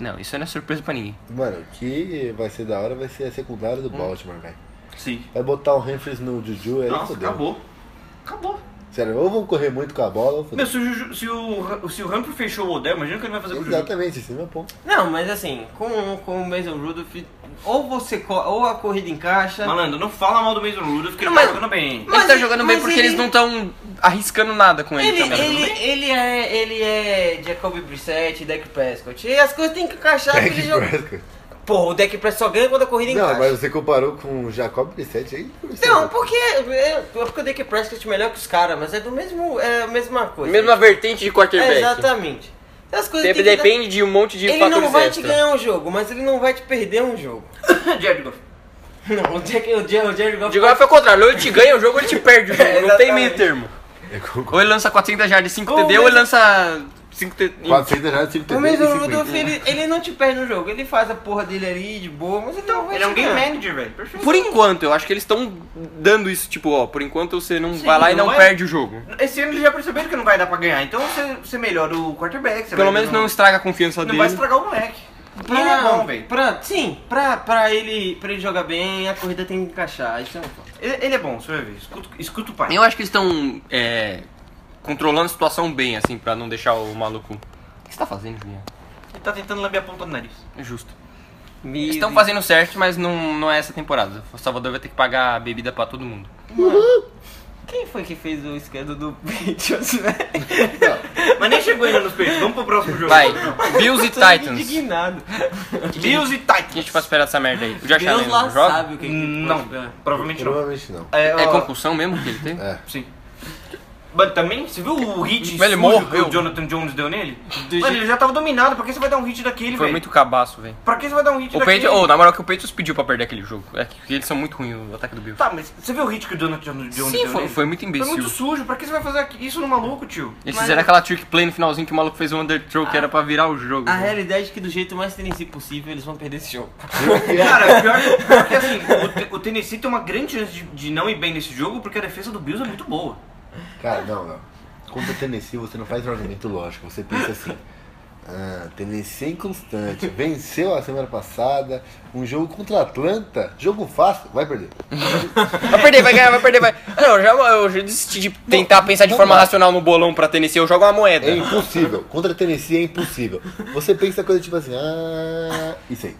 Speaker 2: Não, isso aí não é surpresa pra ninguém.
Speaker 3: Mano, o que vai ser da hora vai ser a secundária
Speaker 2: Hum.
Speaker 3: do Baltimore, velho.
Speaker 1: Sim.
Speaker 3: Vai botar o Humphries no Juju, aí
Speaker 1: Nossa,
Speaker 3: fodeu.
Speaker 1: acabou. Acabou.
Speaker 3: Sério, ou vão correr muito com a bola, ou
Speaker 1: Meu,
Speaker 3: fodeu.
Speaker 1: se o, Juju- se o, se o Humphrey fechou o Odell, imagina o que ele vai fazer com o Juju.
Speaker 3: Exatamente, esse é o meu ponto.
Speaker 4: Não, mas assim, com, com o Mason Rudolph, ou você co- ou a corrida encaixa.
Speaker 1: Malandro, não fala mal do Mason Rudolph, que ele
Speaker 2: Não,
Speaker 1: tá
Speaker 2: mas-
Speaker 1: jogando bem. hein?
Speaker 4: Mas
Speaker 2: ele tá
Speaker 4: ele-
Speaker 2: jogando bem
Speaker 4: mas
Speaker 2: porque
Speaker 4: ele-
Speaker 2: eles não estão arriscando nada com ele, tá
Speaker 4: Ele,
Speaker 2: também. né?
Speaker 4: ele, ele é ele é Jacoby Brissett e Dak Prescott. E as coisas têm que encaixar
Speaker 1: É
Speaker 4: pra ele jogar. Pô, o Dak Prescott só ganha quando a corrida
Speaker 3: Não,
Speaker 4: encaixa.
Speaker 3: mas você comparou com o Jacob Brissett aí?
Speaker 4: Não, porque, é, porque o Dak Prescott é melhor que os caras, mas é do mesmo. É a mesma coisa.
Speaker 2: Mesma vertente de
Speaker 4: é,
Speaker 2: quarterback.
Speaker 4: Exatamente. Então as coisas
Speaker 2: Dep-
Speaker 4: têm que dar-
Speaker 2: Depende de um monte de
Speaker 4: Ele
Speaker 2: fatores
Speaker 4: não vai
Speaker 2: extra.
Speaker 4: te ganhar um jogo, mas ele não vai te perder um jogo.
Speaker 1: Jared Goff.
Speaker 4: Não, o Jack, o Jack, o Jared Goff-
Speaker 2: De igual foi o contrário, ou ele te ganha o jogo ou ele te perde o jogo,
Speaker 4: É,
Speaker 2: não tem
Speaker 4: exatamente.
Speaker 2: meio termo.
Speaker 3: Eu concordo.
Speaker 2: Ou ele lança 400 jardas e 5
Speaker 4: Ou
Speaker 2: TD, ou ele
Speaker 4: mesmo-
Speaker 2: lança 5 TD.
Speaker 3: 400 já, 5
Speaker 4: O
Speaker 3: TD e
Speaker 4: mesmo
Speaker 3: 50.
Speaker 4: Rudolph, ele, ele não te perde no jogo. Ele faz a porra dele ali de boa, mas ele não vai
Speaker 1: Ele é um
Speaker 4: te
Speaker 1: game
Speaker 4: ganhar.
Speaker 1: manager, velho. Perfeito.
Speaker 2: Por enquanto, eu acho que eles estão dando isso, tipo, ó, por enquanto você não vai lá e
Speaker 1: não é?
Speaker 2: não
Speaker 1: vai.
Speaker 2: perde o jogo.
Speaker 1: Esse ano eles já perceberam que não vai dar pra ganhar, então você, você melhora o quarterback. Você
Speaker 2: Pelo
Speaker 1: vai-
Speaker 2: menos não estraga a confiança
Speaker 1: não
Speaker 2: dele.
Speaker 1: vai estragar o moleque.
Speaker 4: Pra,
Speaker 1: ele é bom, velho.
Speaker 4: pra- Sim, pra, pra, ele, pra ele jogar bem, a corrida tem que encaixar. Isso é um fato.
Speaker 1: Ele, ele é bom, você vai ver. Escuta, escuta o pai.
Speaker 2: Eu acho que eles estão é, controlando a situação bem, assim, pra não deixar o maluco. O que você tá fazendo, Julião?
Speaker 1: Ele tá tentando lamber a ponta do nariz.
Speaker 2: É justo.
Speaker 4: Meu
Speaker 2: Eles estão
Speaker 4: Deus.
Speaker 2: fazendo certo, mas não, não é essa temporada. O Salvador vai ter que pagar a bebida pra todo mundo.
Speaker 4: Quem foi que fez o esquerdo do Patriots, velho?
Speaker 1: Mas nem chegou ainda nos peitos. Vamos pro próximo jogo.
Speaker 2: Vai, Bills e
Speaker 4: Tô
Speaker 2: Titans.
Speaker 4: indignado.
Speaker 1: Bills e
Speaker 2: O
Speaker 1: Titans.
Speaker 2: que a gente pode esperar dessa merda aí? O Josh
Speaker 4: Deus
Speaker 2: Allen
Speaker 4: lá
Speaker 2: não joga?
Speaker 4: sabe o que, que
Speaker 1: Não,
Speaker 4: pode- é.
Speaker 1: provavelmente não.
Speaker 3: Provavelmente não.
Speaker 2: Hum, É
Speaker 1: ó,
Speaker 2: concussão mesmo que ele teve?
Speaker 3: É.
Speaker 1: Sim. Mas também, você viu o hit
Speaker 2: Velho,
Speaker 1: sujo que
Speaker 2: morreu.
Speaker 1: o Jonathan Jones deu nele?
Speaker 4: Do
Speaker 1: Mano,
Speaker 4: jeito-
Speaker 1: ele já tava dominado, pra que você vai dar um hit daquele,
Speaker 2: Foi
Speaker 1: velho?
Speaker 2: muito cabaço, velho.
Speaker 1: Pra que você vai dar um hit
Speaker 2: O
Speaker 1: daquele?
Speaker 2: Patriots, oh, na moral que o Patriots pediu pra perder aquele jogo. É que eles são muito ruins no ataque do Bills.
Speaker 1: Tá, mas você viu o hit que o Jonathan Jones deu
Speaker 2: Sim,
Speaker 1: nele?
Speaker 2: foi, foi muito
Speaker 1: Foi
Speaker 2: imbecil.
Speaker 1: muito sujo, pra que você vai fazer aqui- isso no maluco, tio?
Speaker 2: Eles
Speaker 4: Mas-
Speaker 2: fizeram aquela trick play no finalzinho que o maluco fez o underthrow, que era pra virar o jogo.
Speaker 4: A
Speaker 2: velho.
Speaker 4: realidade é que do jeito mais tendencioso possível eles vão perder esse jogo.
Speaker 1: Cara, pior, pior que assim, o, Te- o Tennessee tem uma grande chance de, de não ir bem nesse jogo, porque a defesa do Bills é muito boa.
Speaker 3: Cara, não, não. Contra o Tennessee, você não faz um argumento lógico. Você pensa assim: ah, Tennessee é inconstante, venceu a semana passada, um jogo contra a Atlanta, jogo fácil, vai perder.
Speaker 2: Vai perder, vai ganhar, vai perder, vai. Ah, Não, eu já, eu já desisti de tentar pensar de
Speaker 3: não
Speaker 2: forma
Speaker 3: dá.
Speaker 2: racional no bolão pra Tennessee, eu jogo uma moeda.
Speaker 3: É impossível. Contra a Tennessee é impossível. Você pensa coisa tipo assim: ah, isso aí.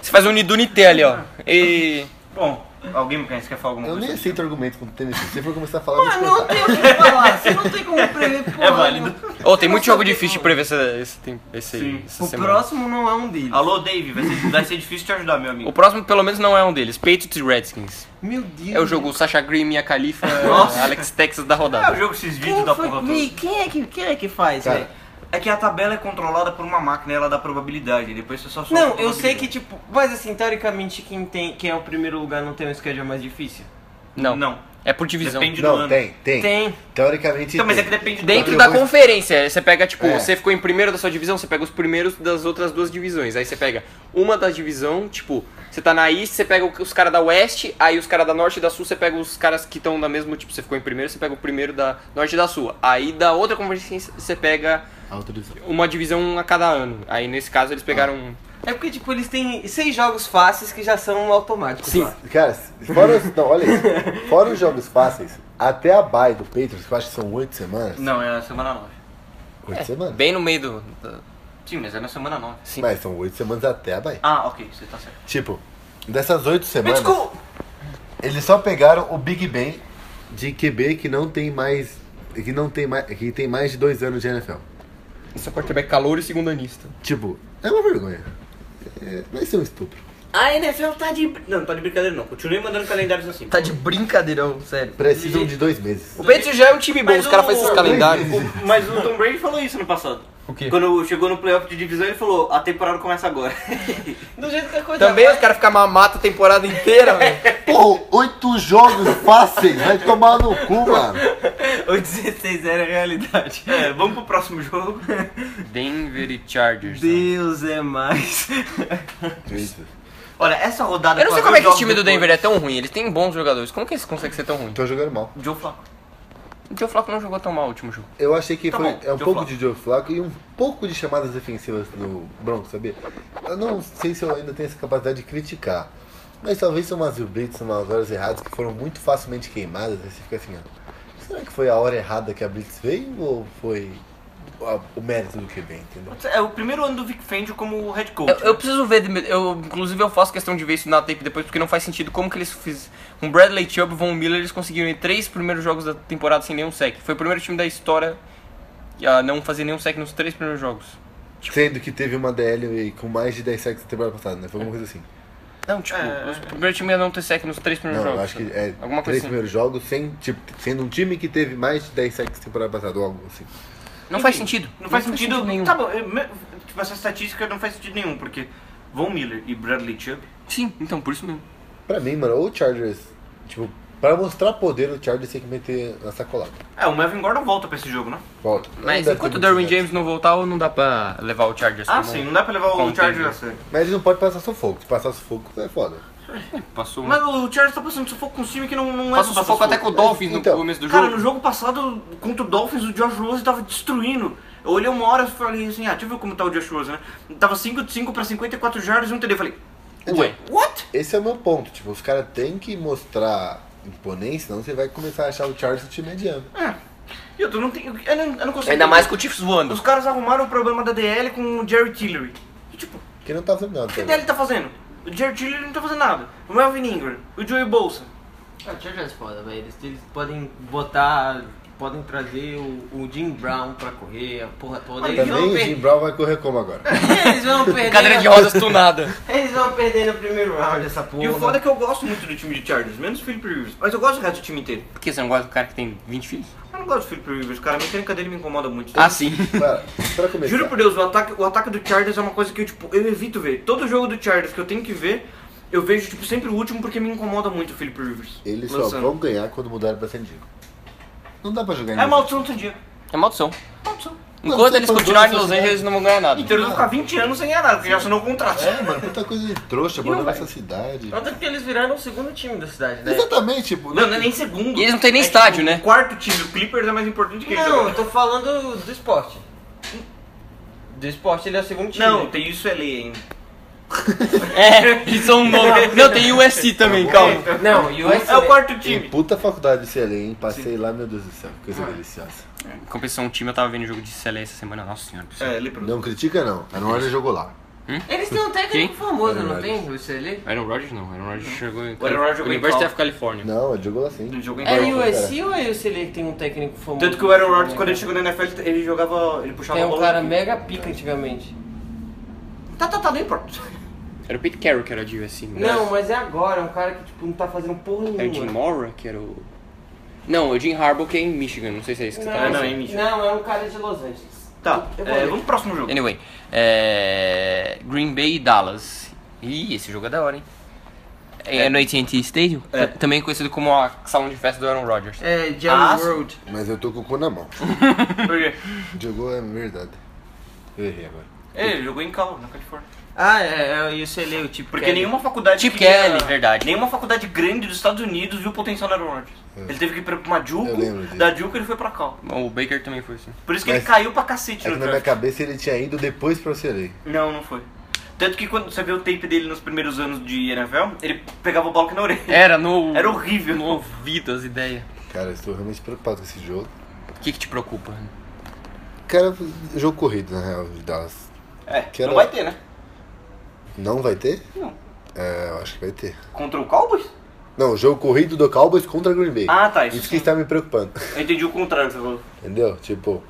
Speaker 2: Você faz um nidunité ali, ó. E.
Speaker 1: Bom, alguém mais quer falar alguma
Speaker 3: Eu
Speaker 1: coisa?
Speaker 3: nem
Speaker 1: sobre
Speaker 3: aceito argumento contra o Tennessee. Se você for começar a falar, eu vou te
Speaker 4: não
Speaker 3: cortar.
Speaker 4: tem o que falar, você não tem como prever porra.
Speaker 1: É válido.
Speaker 2: Ô, tem muito jogo difícil de prever essa, esse tempo- esse-
Speaker 1: Sim.
Speaker 2: essa
Speaker 4: O
Speaker 2: semana.
Speaker 4: próximo não é um
Speaker 1: isso?
Speaker 4: deles.
Speaker 1: Alô, Dave, vai ser, vai ser difícil te ajudar, meu amigo.
Speaker 2: O próximo, pelo menos, não é um deles. Patriots e Redskins.
Speaker 4: Meu Deus.
Speaker 2: É o jogo Sasha Green, Mia Khalifa,
Speaker 1: Nossa.
Speaker 2: Alex Texas da
Speaker 1: É o
Speaker 2: rodada.
Speaker 1: jogo esses vídeos
Speaker 4: Quem,
Speaker 1: da
Speaker 4: foi-
Speaker 1: porra
Speaker 4: Ih,
Speaker 1: toda.
Speaker 4: quem é que, quem é que faz,
Speaker 3: Cara,
Speaker 4: velho?
Speaker 1: É que a tabela é controlada por uma máquina, ela dá probabilidade, depois você só um solta a
Speaker 4: Não, eu sei
Speaker 1: probabilidade.
Speaker 4: que, tipo, mas assim, teoricamente, quem, tem, quem é o primeiro lugar não tem um schedule mais difícil?
Speaker 2: Não.
Speaker 1: Não.
Speaker 2: É por divisão.
Speaker 1: Depende do
Speaker 3: Não,
Speaker 1: ano.
Speaker 3: tem, tem.
Speaker 4: Tem.
Speaker 3: Teoricamente.
Speaker 1: Então, mas é
Speaker 3: tem.
Speaker 1: que depende do
Speaker 2: Dentro
Speaker 1: ano.
Speaker 2: da
Speaker 3: Depois-
Speaker 2: conferência, você pega, tipo,
Speaker 3: É.
Speaker 2: você ficou em primeiro da sua divisão, você pega os primeiros das outras duas divisões. Aí você pega uma da divisão, tipo, você tá na East, você pega o- os caras da West, aí os caras da Norte e da Sul, você pega os caras que estão da mesma, tipo, você ficou em primeiro, você pega o primeiro da Norte e da Sul. Aí da outra conferência, você pega
Speaker 3: Autorizado.
Speaker 2: uma divisão a cada ano. Aí nesse caso eles pegaram...
Speaker 4: É porque, tipo, eles têm seis jogos fáceis que já são automáticos.
Speaker 2: Sim.
Speaker 4: lá.
Speaker 3: Cara, fora os, não, olha isso. Fora os jogos fáceis, até a bye do Patriots, que eu acho que são oito semanas.
Speaker 1: Não, é na semana 9.
Speaker 3: Oito semanas.
Speaker 2: um, É, Bem no meio do... do-
Speaker 1: Sim, mas é na semana 9.
Speaker 2: sim.
Speaker 3: Mas são oito semanas até a bye.
Speaker 1: Ah, ok, você tá certo.
Speaker 3: Tipo, dessas oito semanas,
Speaker 4: Desculpa.
Speaker 3: eles só pegaram o Big Ben de QB que não tem mais. Que não tem mais. Que tem mais de dois anos de NFL.
Speaker 2: Esse é quarterback calor e segundo anista.
Speaker 3: Tipo, é uma vergonha. É, vai ser um estupro.
Speaker 1: A NFL tá de. Não, tá de brincadeira não. Continuei mandando calendários assim.
Speaker 2: Tá de brincadeirão, sério.
Speaker 3: Precisam de dois meses.
Speaker 2: O Patriots já é um time bom,
Speaker 1: Mas
Speaker 2: os caras
Speaker 1: o-
Speaker 2: fazem esses calendários.
Speaker 1: O- mas o Tom Brady falou isso no passado.
Speaker 2: O quê?
Speaker 1: Quando chegou no playoff de divisão, ele falou: a temporada começa agora.
Speaker 4: Do jeito que a coisa é,
Speaker 2: Também
Speaker 4: vai.
Speaker 2: os caras ficam mamata a temporada inteira, velho.
Speaker 3: Porra, oito jogos fáceis, vai tomar no cu, mano.
Speaker 4: O 16 era a realidade.
Speaker 1: é, vamos pro próximo jogo.
Speaker 2: Denver e Chargers. né?
Speaker 4: Deus é mais.
Speaker 1: Olha, essa rodada.
Speaker 2: Eu não sei
Speaker 1: com
Speaker 2: como é que o
Speaker 1: dois
Speaker 2: time do
Speaker 1: jogos
Speaker 2: Denver
Speaker 1: depois-
Speaker 2: é tão ruim. Eles têm bons jogadores. Como que eles conseguem ser tão ruim?
Speaker 3: Tô jogando mal.
Speaker 2: é.
Speaker 1: Joe Flacco.
Speaker 2: O Joe Flacco não jogou tão mal o último jogo.
Speaker 3: Eu achei que
Speaker 1: Tá
Speaker 3: foi
Speaker 1: bom,
Speaker 3: é um
Speaker 1: Joe
Speaker 3: pouco
Speaker 1: Flacco.
Speaker 3: de Joe Flacco e um pouco de chamadas defensivas do Broncos, sabia? Eu não sei se eu ainda tenho essa capacidade de criticar. Mas talvez são umas blitz, umas horas erradas que foram muito facilmente queimadas. Aí você fica assim, ó, será que foi a hora errada que a blitz veio ou foi a- o mérito do QB, entendeu?
Speaker 1: É o primeiro ano do Vic Fangio como head coach.
Speaker 2: Eu, eu preciso ver. Eu, inclusive, eu faço questão de ver isso na tape depois, porque não faz sentido como que eles fizeram. Com Bradley Chubb e Von Miller, eles conseguiram em três primeiros jogos da temporada sem nenhum sec. Foi o primeiro time da história a não fazer nenhum sec nos três primeiros jogos.
Speaker 3: Sendo que teve uma DL com mais de 10 sacks na temporada passada, né? Foi alguma coisa assim.
Speaker 2: Não, tipo,
Speaker 1: É.
Speaker 2: o primeiro time a não ter sec nos três
Speaker 3: Não,
Speaker 2: primeiros
Speaker 3: eu
Speaker 2: jogos.
Speaker 3: acho que é
Speaker 2: Alguma
Speaker 3: três
Speaker 2: coisa assim.
Speaker 3: primeiros jogos, sem, tipo, sendo um time que teve mais de 10 sacks na temporada passada, ou algo assim.
Speaker 2: Não faz sentido.
Speaker 1: Não faz sentido, nenhum. Tá bom, eu- me- tipo, essa estatística não faz sentido nenhum, porque Von Miller e Bradley Chubb.
Speaker 2: Sim, então, por isso mesmo.
Speaker 3: Pra mim, mano, ou o Chargers, tipo, pra mostrar poder, o Chargers tem que meter na sacolada.
Speaker 1: É, o Melvin Gordon volta pra esse jogo, né?
Speaker 3: Volta.
Speaker 2: Mas
Speaker 3: Não deve
Speaker 2: enquanto
Speaker 3: ter
Speaker 2: o Derwin
Speaker 3: muito
Speaker 2: James não voltar, não dá pra levar o Chargers
Speaker 1: Ah,
Speaker 2: como-
Speaker 1: sim, não dá pra levar o
Speaker 2: Contender.
Speaker 1: Chargers a sério.
Speaker 3: Mas ele não pode passar sufoco. Se passar sufoco, é foda.
Speaker 2: Passou
Speaker 1: Mas o Chargers tá passando sufoco com um time que não, não é
Speaker 2: Passou
Speaker 1: pra
Speaker 2: sufoco
Speaker 1: passar
Speaker 2: até com o Dolphins
Speaker 3: Então,
Speaker 2: no começo do jogo.
Speaker 1: Cara, no jogo passado contra o Dolphins, o Josh Rosen tava destruindo. Eu olhei uma hora e falei assim: ah, deixa eu ver como tá o Josh Rosen, né? Tava 5 de 5 pra 54 jardas e um TD. Eu falei:
Speaker 2: Ué.
Speaker 1: what?
Speaker 3: Esse é o meu ponto. Tipo, os caras têm que mostrar imponência, senão você vai começar a achar o Chargers um time mediano.
Speaker 1: E É. Eu, tô- não tenho, eu, não, eu não consigo.
Speaker 2: Ainda mais com o Chiefs
Speaker 1: Os
Speaker 2: voando.
Speaker 1: caras arrumaram o problema da DL com o Jerry Tillery. E, tipo,
Speaker 3: Que não tá fazendo nada.
Speaker 1: o que a
Speaker 3: também.
Speaker 1: DL tá fazendo? O Jerry Tillery não tá fazendo nada. O Melvin Ingram, o Joey Bolsa.
Speaker 4: Ah, o Chargers é foda, velho. Eles, eles podem botar. Podem trazer o, o Jim Brown pra correr, a porra toda. Eles
Speaker 3: Também
Speaker 4: vão,
Speaker 3: o
Speaker 4: per...
Speaker 3: Jim Brown vai correr como agora?
Speaker 4: eles vão perder.
Speaker 2: Cadeira de rodas tunada.
Speaker 4: Eles vão perder no primeiro round Ah, essa porra.
Speaker 1: E o foda é que eu gosto muito do time de Chargers, menos o Philip Rivers. Mas eu gosto do resto do time inteiro.
Speaker 2: Por que você não gosta do cara que tem 20 filhos?
Speaker 1: Eu não gosto do Philip Rivers, cara. A mecânica dele me incomoda muito.
Speaker 2: Ah, sim.
Speaker 3: Para, pra começar.
Speaker 1: Juro por Deus, o ataque, o ataque do Chargers é uma coisa que eu, tipo, eu evito ver. Todo jogo do Chargers que eu tenho que ver, eu vejo, tipo, sempre o último porque me incomoda muito o Philip Rivers.
Speaker 3: Eles só
Speaker 1: lançando.
Speaker 3: vão ganhar quando mudarem pra San Diego. Não dá pra jogar em
Speaker 1: É
Speaker 3: Los
Speaker 1: maldição do San Diego.
Speaker 2: É maldição.
Speaker 1: Maldição.
Speaker 2: Enquanto
Speaker 3: você
Speaker 2: eles
Speaker 3: falou
Speaker 2: continuarem em
Speaker 3: dois,
Speaker 2: Los
Speaker 3: você
Speaker 2: Angeles, eles não vão ganhar nada.
Speaker 1: Então eles vão ficar 20 anos sem ganhar nada, porque já assinou o contrato.
Speaker 3: É, mano, puta coisa de trouxa,
Speaker 1: não
Speaker 3: abandonando
Speaker 1: vai.
Speaker 3: essa cidade.
Speaker 4: Tanto que eles viraram o segundo time da cidade, né?
Speaker 3: Exatamente, tipo.
Speaker 1: Não, não é nem segundo.
Speaker 2: E eles não têm nem
Speaker 1: É,
Speaker 2: estádio,
Speaker 1: tipo,
Speaker 2: né?
Speaker 1: o Quarto time, o Clippers é mais importante que eles.
Speaker 4: Não,
Speaker 1: agora.
Speaker 4: eu tô falando do esporte. Do esporte ele é o segundo time.
Speaker 1: Não, tem isso ali ainda.
Speaker 2: É, isso é um nome. Não, tem USC
Speaker 3: É.
Speaker 2: também, calma.
Speaker 4: Não, e o
Speaker 1: É o quarto time. Ah.
Speaker 3: E puta faculdade de CLE, hein? Passei lá, meu Deus do céu, que coisa deliciosa.
Speaker 2: Em compensação, um time eu tava vendo o jogo de CLA essa semana. Nossa senhora. do céu.
Speaker 1: É, ele pronto.
Speaker 3: Não critica, não. A Norda jogou lá.
Speaker 4: Eles têm um técnico
Speaker 2: Quem?
Speaker 4: famoso,
Speaker 3: Aaron
Speaker 4: não
Speaker 3: Rodgers.
Speaker 4: tem? O UCLA?
Speaker 2: Aaron Rodgers não. Aaron Rodgers chegou em.
Speaker 1: Aaron Rodgers jogou em
Speaker 2: University
Speaker 1: Cal.
Speaker 2: of California.
Speaker 3: Não, ele jogou lá sim.
Speaker 1: Ele jogou em
Speaker 4: É
Speaker 1: Boston.
Speaker 4: o USC ou é o UCLA que tem um técnico famoso?
Speaker 1: Tanto que o Aaron Rodgers, quando ele chegou na NFL, ele jogava. Ele puxava
Speaker 4: É
Speaker 1: a
Speaker 4: um
Speaker 1: bola.
Speaker 4: cara mega pica antigamente.
Speaker 1: Tá, tá, tá, não importa.
Speaker 2: Era o Pete Carroll que era de USC.
Speaker 4: Não, mas é agora, é um cara que tipo, não tá fazendo porra
Speaker 2: Era É o Jim
Speaker 4: nenhuma.
Speaker 2: Mora, que era o. Não, o Jim Harbaugh que é em Michigan, não sei se é isso que você tá
Speaker 1: Ah, não,
Speaker 2: pensando.
Speaker 1: é em Michigan.
Speaker 4: não, é um cara de Los Angeles.
Speaker 1: Tá,
Speaker 4: Eu vou
Speaker 1: é,
Speaker 4: ler.
Speaker 1: vamos pro próximo jogo.
Speaker 2: Anyway, é... Green Bay e Dallas. Ih, esse jogo é da hora, hein? É, no AT&T Stadium, t- também conhecido como a salão de festa do Aaron Rodgers.
Speaker 4: É, Jerry
Speaker 1: Ah,
Speaker 4: World.
Speaker 3: Mas eu tô com o cu na mão.
Speaker 1: Por quê?
Speaker 3: Jogou é verdade. Eu errei agora.
Speaker 1: É, Ele jogou em Cal, na Califórnia.
Speaker 4: Ah, é, é o UCLA, o tipo.
Speaker 1: Porque
Speaker 4: Kelly.
Speaker 1: nenhuma faculdade.
Speaker 2: Chip
Speaker 1: queria-
Speaker 2: Kelly, verdade.
Speaker 1: Nenhuma faculdade grande dos Estados Unidos viu o potencial do Aaron Rodgers. Ele teve que ir pra uma Juco,
Speaker 3: Eu lembro disso.
Speaker 1: da Juco ele foi pra Cal.
Speaker 2: Bom, O Baker também foi assim.
Speaker 1: Por isso que
Speaker 3: Mas-
Speaker 1: ele caiu pra cacete
Speaker 3: É que
Speaker 1: no
Speaker 3: na minha
Speaker 1: draft.
Speaker 3: cabeça ele tinha ido depois pra CLE.
Speaker 1: Não, não foi. Tanto que quando você vê o tape dele nos primeiros anos de NFL, ele pegava o balco na orelha.
Speaker 2: Era no...
Speaker 1: Era horrível.
Speaker 2: No ouvido as ideias.
Speaker 3: Cara, eu estou realmente preocupado com esse jogo.
Speaker 2: O que que te preocupa?
Speaker 3: Cara, jogo corrido, na real, de Dallas.
Speaker 1: É,
Speaker 3: Que
Speaker 1: não
Speaker 3: era-
Speaker 1: vai ter, né?
Speaker 3: Não vai ter?
Speaker 1: Não.
Speaker 3: É, eu acho que vai ter.
Speaker 1: Contra o Cowboys?
Speaker 3: Não, jogo corrido do Cowboys contra Green Bay.
Speaker 1: Ah, tá. Isso,
Speaker 3: Isso que está me preocupando.
Speaker 1: Eu entendi o contrário que você falou.
Speaker 3: Entendeu? Tipo,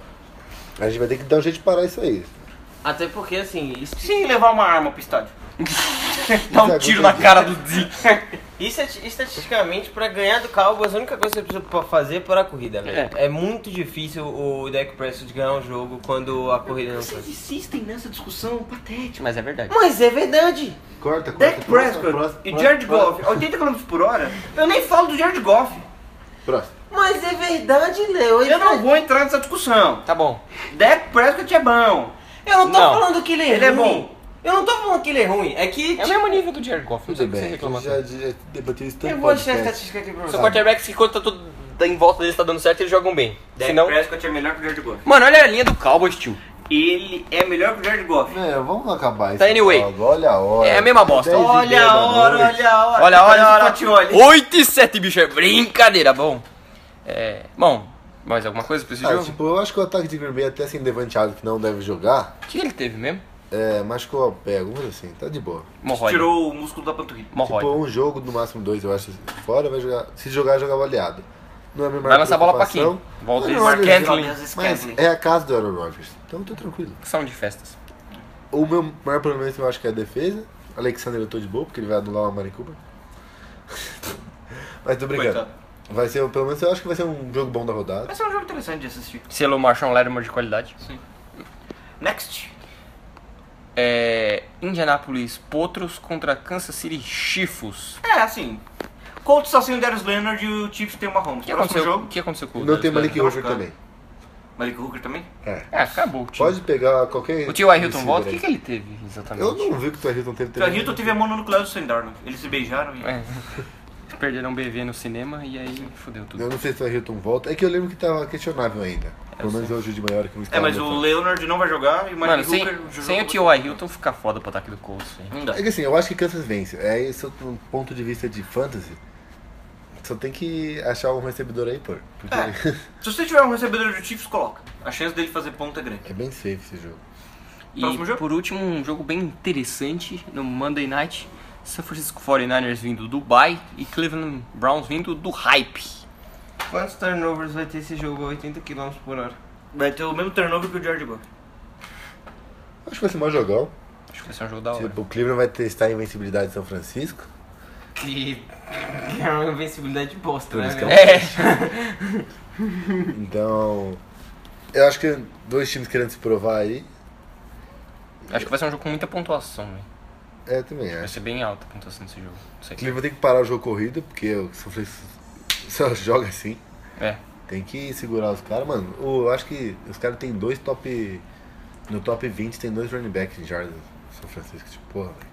Speaker 3: a gente vai ter que dar um jeito de parar isso aí.
Speaker 4: Até porque, assim, isso,
Speaker 1: Sim, levar uma arma pro estádio.
Speaker 2: Dá um tiro na cara do Zeke.
Speaker 4: Estati- é, Estatisticamente, pra ganhar do Cowboys, a única coisa que você precisa pra fazer é parar a corrida, velho. É. muito difícil o Deck Prescott ganhar um jogo quando a corrida não faz.
Speaker 1: insistem nessa discussão patética.
Speaker 2: Mas é verdade.
Speaker 4: Mas é verdade!
Speaker 3: Corta, corta.
Speaker 1: Dak
Speaker 3: próximo,
Speaker 1: Prescott
Speaker 3: próximo,
Speaker 1: e
Speaker 3: próximo,
Speaker 1: Jared
Speaker 3: próximo.
Speaker 1: Goff, 80 km por hora, eu nem falo do Jared Goff.
Speaker 3: Próximo.
Speaker 4: Mas é verdade, Léo.
Speaker 1: Eu não vou entrar nessa discussão.
Speaker 2: Tá bom.
Speaker 1: Dak Prescott é bom.
Speaker 4: Eu não tô
Speaker 2: Não.
Speaker 4: falando que ele é
Speaker 1: Ele é
Speaker 4: ruim.
Speaker 1: bom.
Speaker 4: Eu não tô falando que ele é ruim. É que.
Speaker 2: É o
Speaker 4: tipo,
Speaker 2: mesmo nível do Jared Goff, não sei
Speaker 3: Tudo
Speaker 2: o que você
Speaker 3: bem.
Speaker 2: reclama.
Speaker 3: Já, já debateu isso tanto
Speaker 4: eu vou deixar a
Speaker 3: podcast.
Speaker 4: estatística aqui pra
Speaker 2: São
Speaker 4: você.
Speaker 2: quarterbacks que quando tá tudo em volta deles tá dando certo, eles jogam bem.
Speaker 1: Dak
Speaker 2: Senão...
Speaker 1: Prescott é melhor que o Jared Goff.
Speaker 2: Mano, olha a linha do Cowboys, tio.
Speaker 1: Ele é melhor que o Jared Goff.
Speaker 3: É, vamos acabar isso.
Speaker 2: Tá, anyway.
Speaker 3: logo. Olha a hora.
Speaker 2: É a mesma bosta.
Speaker 3: Dez e meia
Speaker 1: Olha
Speaker 3: da
Speaker 1: a hora,
Speaker 3: noite.
Speaker 1: olha a hora.
Speaker 2: Olha, olha,
Speaker 1: Faz o
Speaker 2: olha.
Speaker 1: Fatioli.
Speaker 2: 8 e 7, bicho. É brincadeira, bom. É. Bom, mais alguma coisa pra esse
Speaker 3: Ah,
Speaker 2: jogo?
Speaker 3: tipo, eu acho que o ataque de Green Bay, até sem Devante Adams, que não deve jogar,
Speaker 2: O que ele teve mesmo?
Speaker 3: é, machucou a pé, alguma coisa assim, tá de boa.
Speaker 2: Morroide.
Speaker 1: Tirou o músculo da panturrilha.
Speaker 2: Morroide.
Speaker 3: Tipo, um jogo, no máximo dois, eu acho, fora, vai jogar, se jogar, joga baleado. Não é a mesma
Speaker 2: Vai lançar a bola pra quem?
Speaker 3: preocupação,
Speaker 2: Walter
Speaker 3: mas não é
Speaker 2: Marquez.
Speaker 3: uma
Speaker 2: Scantling.
Speaker 1: Aliás,
Speaker 3: Mas
Speaker 1: Scantling.
Speaker 3: é a casa do Aaron Rodgers, então tô tranquilo.
Speaker 2: São de festas.
Speaker 3: O meu maior problema eu acho que é a defesa. Alexander eu tô de boa, porque ele vai anular o Amari Cooper. Mas tô brincando.
Speaker 1: Coitado.
Speaker 3: Vai ser, pelo menos eu acho que vai ser um jogo bom da rodada.
Speaker 1: Mas é um jogo interessante de assistir.
Speaker 2: Selo Marchão Lattimore de qualidade.
Speaker 1: Next.
Speaker 2: É. Indianapolis Potros contra Kansas City Chifos.
Speaker 1: É, assim. Colts tá sem o Darius Leonard e o Chiefs tem o Mahomes.
Speaker 2: O que
Speaker 1: Próximo
Speaker 2: aconteceu? O
Speaker 1: jogo.
Speaker 2: que aconteceu com o
Speaker 3: Não tem
Speaker 2: Dallas
Speaker 3: Malik Hooker
Speaker 1: machucado.
Speaker 3: também.
Speaker 1: Malik Hooker também?
Speaker 3: É.
Speaker 2: Cowboys? Ah, acabou o time.
Speaker 3: Pode pegar qualquer.
Speaker 2: O tio Hilton
Speaker 3: receiver
Speaker 2: volta? O que, é
Speaker 3: aí.
Speaker 2: que ele teve exatamente?
Speaker 3: Eu não vi que o Tua Hilton teve um
Speaker 1: O Hilton teve a mão nuclear do Sam Darnold. Eles se beijaram e...
Speaker 2: É. Eles Perderam o BV no cinema e aí fudeu tudo.
Speaker 3: Eu não sei se o Tua Hilton volta. É que eu lembro que tava questionável ainda.
Speaker 2: É,
Speaker 3: Pelo menos hoje de manhã hora que eu
Speaker 1: É,
Speaker 3: estava
Speaker 1: mas o
Speaker 3: levando.
Speaker 1: Leonard não vai jogar e o Malik
Speaker 2: Mano, sem,
Speaker 1: Hooker...
Speaker 2: sem o
Speaker 1: jogou-
Speaker 2: T.Y. Hilton fica foda pro ataque do Colts, velho.
Speaker 1: Não dá.
Speaker 3: É que assim, eu acho que Kansas vence. É isso do ponto de vista de fantasy. Só tem que achar um recebedor aí, pô. Porque
Speaker 1: É. Se você tiver um recebedor do Chiefs, coloca. A chance dele fazer ponta é grande.
Speaker 3: é bem safe esse jogo.
Speaker 2: E
Speaker 1: Próximo jogo?
Speaker 2: por último, um jogo bem interessante no Monday Night. San Francisco 49ers vindo do Dubai e Cleveland Browns vindo do hype.
Speaker 4: Quantos turnovers vai ter esse jogo a 80 km por hora?
Speaker 1: Vai ter o mesmo turnover que o George Buff.
Speaker 3: Acho que vai ser mais jogão.
Speaker 2: Acho que vai ser um jogo da hora.
Speaker 3: Tipo, o Cleveland vai testar a invencibilidade de São Francisco.
Speaker 4: Que que é uma invencibilidade de bosta,
Speaker 3: Por
Speaker 4: né?
Speaker 3: isso que é
Speaker 4: velho?
Speaker 2: É,
Speaker 3: Então. Eu acho que dois times querendo se provar aí.
Speaker 2: acho que vai ser um jogo com muita pontuação, velho.
Speaker 3: É, também
Speaker 2: Vai
Speaker 3: acho.
Speaker 2: ser bem alta a pontuação desse jogo. Não sei.
Speaker 3: Cleveland tem que parar o jogo corrido, porque o São Francisco só joga assim.
Speaker 2: É.
Speaker 3: Tem que segurar os caras, mano. o- Eu acho que os caras tem dois top. No top 20 tem dois running backs em jardas. São Francisco, tipo, porra, velho.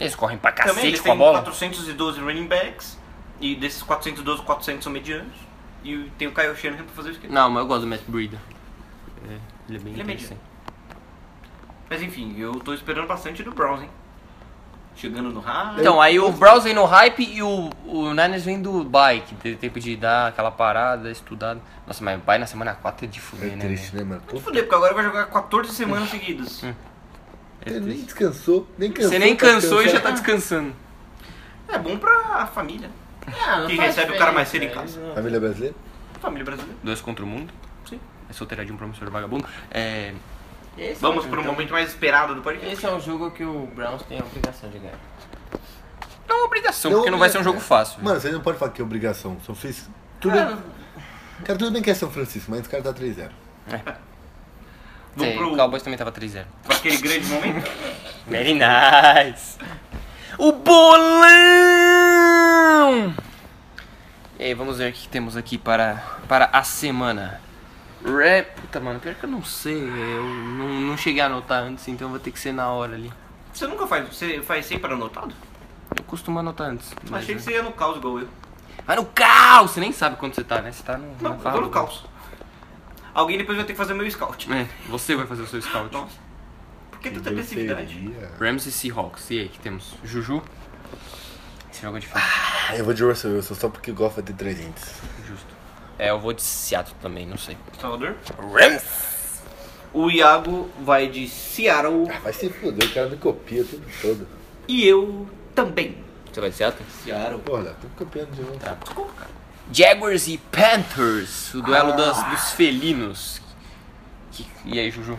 Speaker 2: Eles correm pra
Speaker 1: Também
Speaker 2: cacete
Speaker 1: eles
Speaker 2: com a
Speaker 1: têm
Speaker 2: bola.
Speaker 1: 412 running backs. E desses 412, 400 são medianos. E tem o Kyle Shanahan pra fazer o esquema.
Speaker 2: Não, mas eu gosto do Matt Breida. É, ele é bem
Speaker 1: Ele é
Speaker 2: interessante.
Speaker 1: Mas enfim, eu tô esperando bastante do Browns, hein? Chegando no rádio.
Speaker 2: Então, aí o Browns vem no hype e o, o Niners vem do bike. Teve tempo de dar aquela parada, estudada. Nossa, mas o pai na semana 4 é de
Speaker 3: É
Speaker 2: fuder, né?
Speaker 3: triste,
Speaker 2: velho?
Speaker 3: né, mano? Pô,
Speaker 1: Vou foder, porque agora vai jogar 14 semanas seguidas.
Speaker 3: ele nem descansou, nem cansou.
Speaker 2: É Você nem
Speaker 3: pra
Speaker 2: cansou e já tá
Speaker 3: descansar.
Speaker 2: descansando.
Speaker 1: É bom pra família.
Speaker 4: Ah, não
Speaker 1: Que
Speaker 4: faz
Speaker 1: recebe o cara mais cedo em
Speaker 4: diferença,
Speaker 1: casa.
Speaker 2: tá-
Speaker 4: velho.
Speaker 3: Família brasileira?
Speaker 1: Família brasileira.
Speaker 2: Dois contra o mundo.
Speaker 1: Sim.
Speaker 2: É solteira de um promissor vagabundo. É,
Speaker 4: Esse
Speaker 1: Vamos
Speaker 4: é um
Speaker 1: pro
Speaker 4: jogo-
Speaker 1: momento mais esperado do podcast.
Speaker 4: Esse é um jogo que o Browns tem a obrigação de ganhar.
Speaker 2: não é uma obrigação, porque não vai ser um jogo fácil. velho.
Speaker 3: é, Mano, você não pode falar que é obrigação. São Francisco. Tudo
Speaker 4: Cara,
Speaker 3: bem. Cara, tudo bem que é São Francisco, mas esse cara tá 3-0.
Speaker 1: Vamos
Speaker 2: É,
Speaker 1: pro-
Speaker 2: O Cowboys também tava 3-0.
Speaker 1: Pra aquele grande momento.
Speaker 2: Very nice. O bolão! E aí, vamos ver o que temos aqui para, para a semana. Rap. Puta, mano, pior que eu não sei, velho. eu não, não cheguei a anotar antes, então vou ter que ser na hora ali.
Speaker 1: Você nunca faz. Você faz sempre anotado?
Speaker 2: Eu costumo anotar antes. Mas,
Speaker 1: Achei que você ia no caos igual eu.
Speaker 2: Vai no caos! Você nem sabe quando você tá, né? Você tá no.
Speaker 1: Não,
Speaker 2: na
Speaker 1: eu
Speaker 2: farra
Speaker 1: vou no
Speaker 2: do-
Speaker 1: caos. Alguém depois vai ter que fazer meu scout.
Speaker 2: É, você vai fazer o seu scout.
Speaker 1: Nossa. Por que tanta
Speaker 3: Eu
Speaker 1: agressividade?
Speaker 3: seria-
Speaker 2: Rams e Seahawks. E aí, que temos? Juju? Esse jogo é difícil.
Speaker 3: Ah, eu vou de Russell Wilson só porque o Goff vai ter 3 índices.
Speaker 2: Justo. É, eu vou de Seattle também, não sei.
Speaker 1: Salvador.
Speaker 2: Rams!
Speaker 1: O Iago vai de Seattle
Speaker 3: Ah, vai se fuder, o cara me copia o tempo todo.
Speaker 1: e eu também.
Speaker 2: Você vai de Seattle?
Speaker 1: Seattle.
Speaker 3: Porra, tô me copiando de novo.
Speaker 2: Tá.
Speaker 1: Desculpa, cara.
Speaker 2: Jaguars e Panthers, o duelo das,
Speaker 1: Ah.
Speaker 2: dos felinos. Que- e aí, Juju?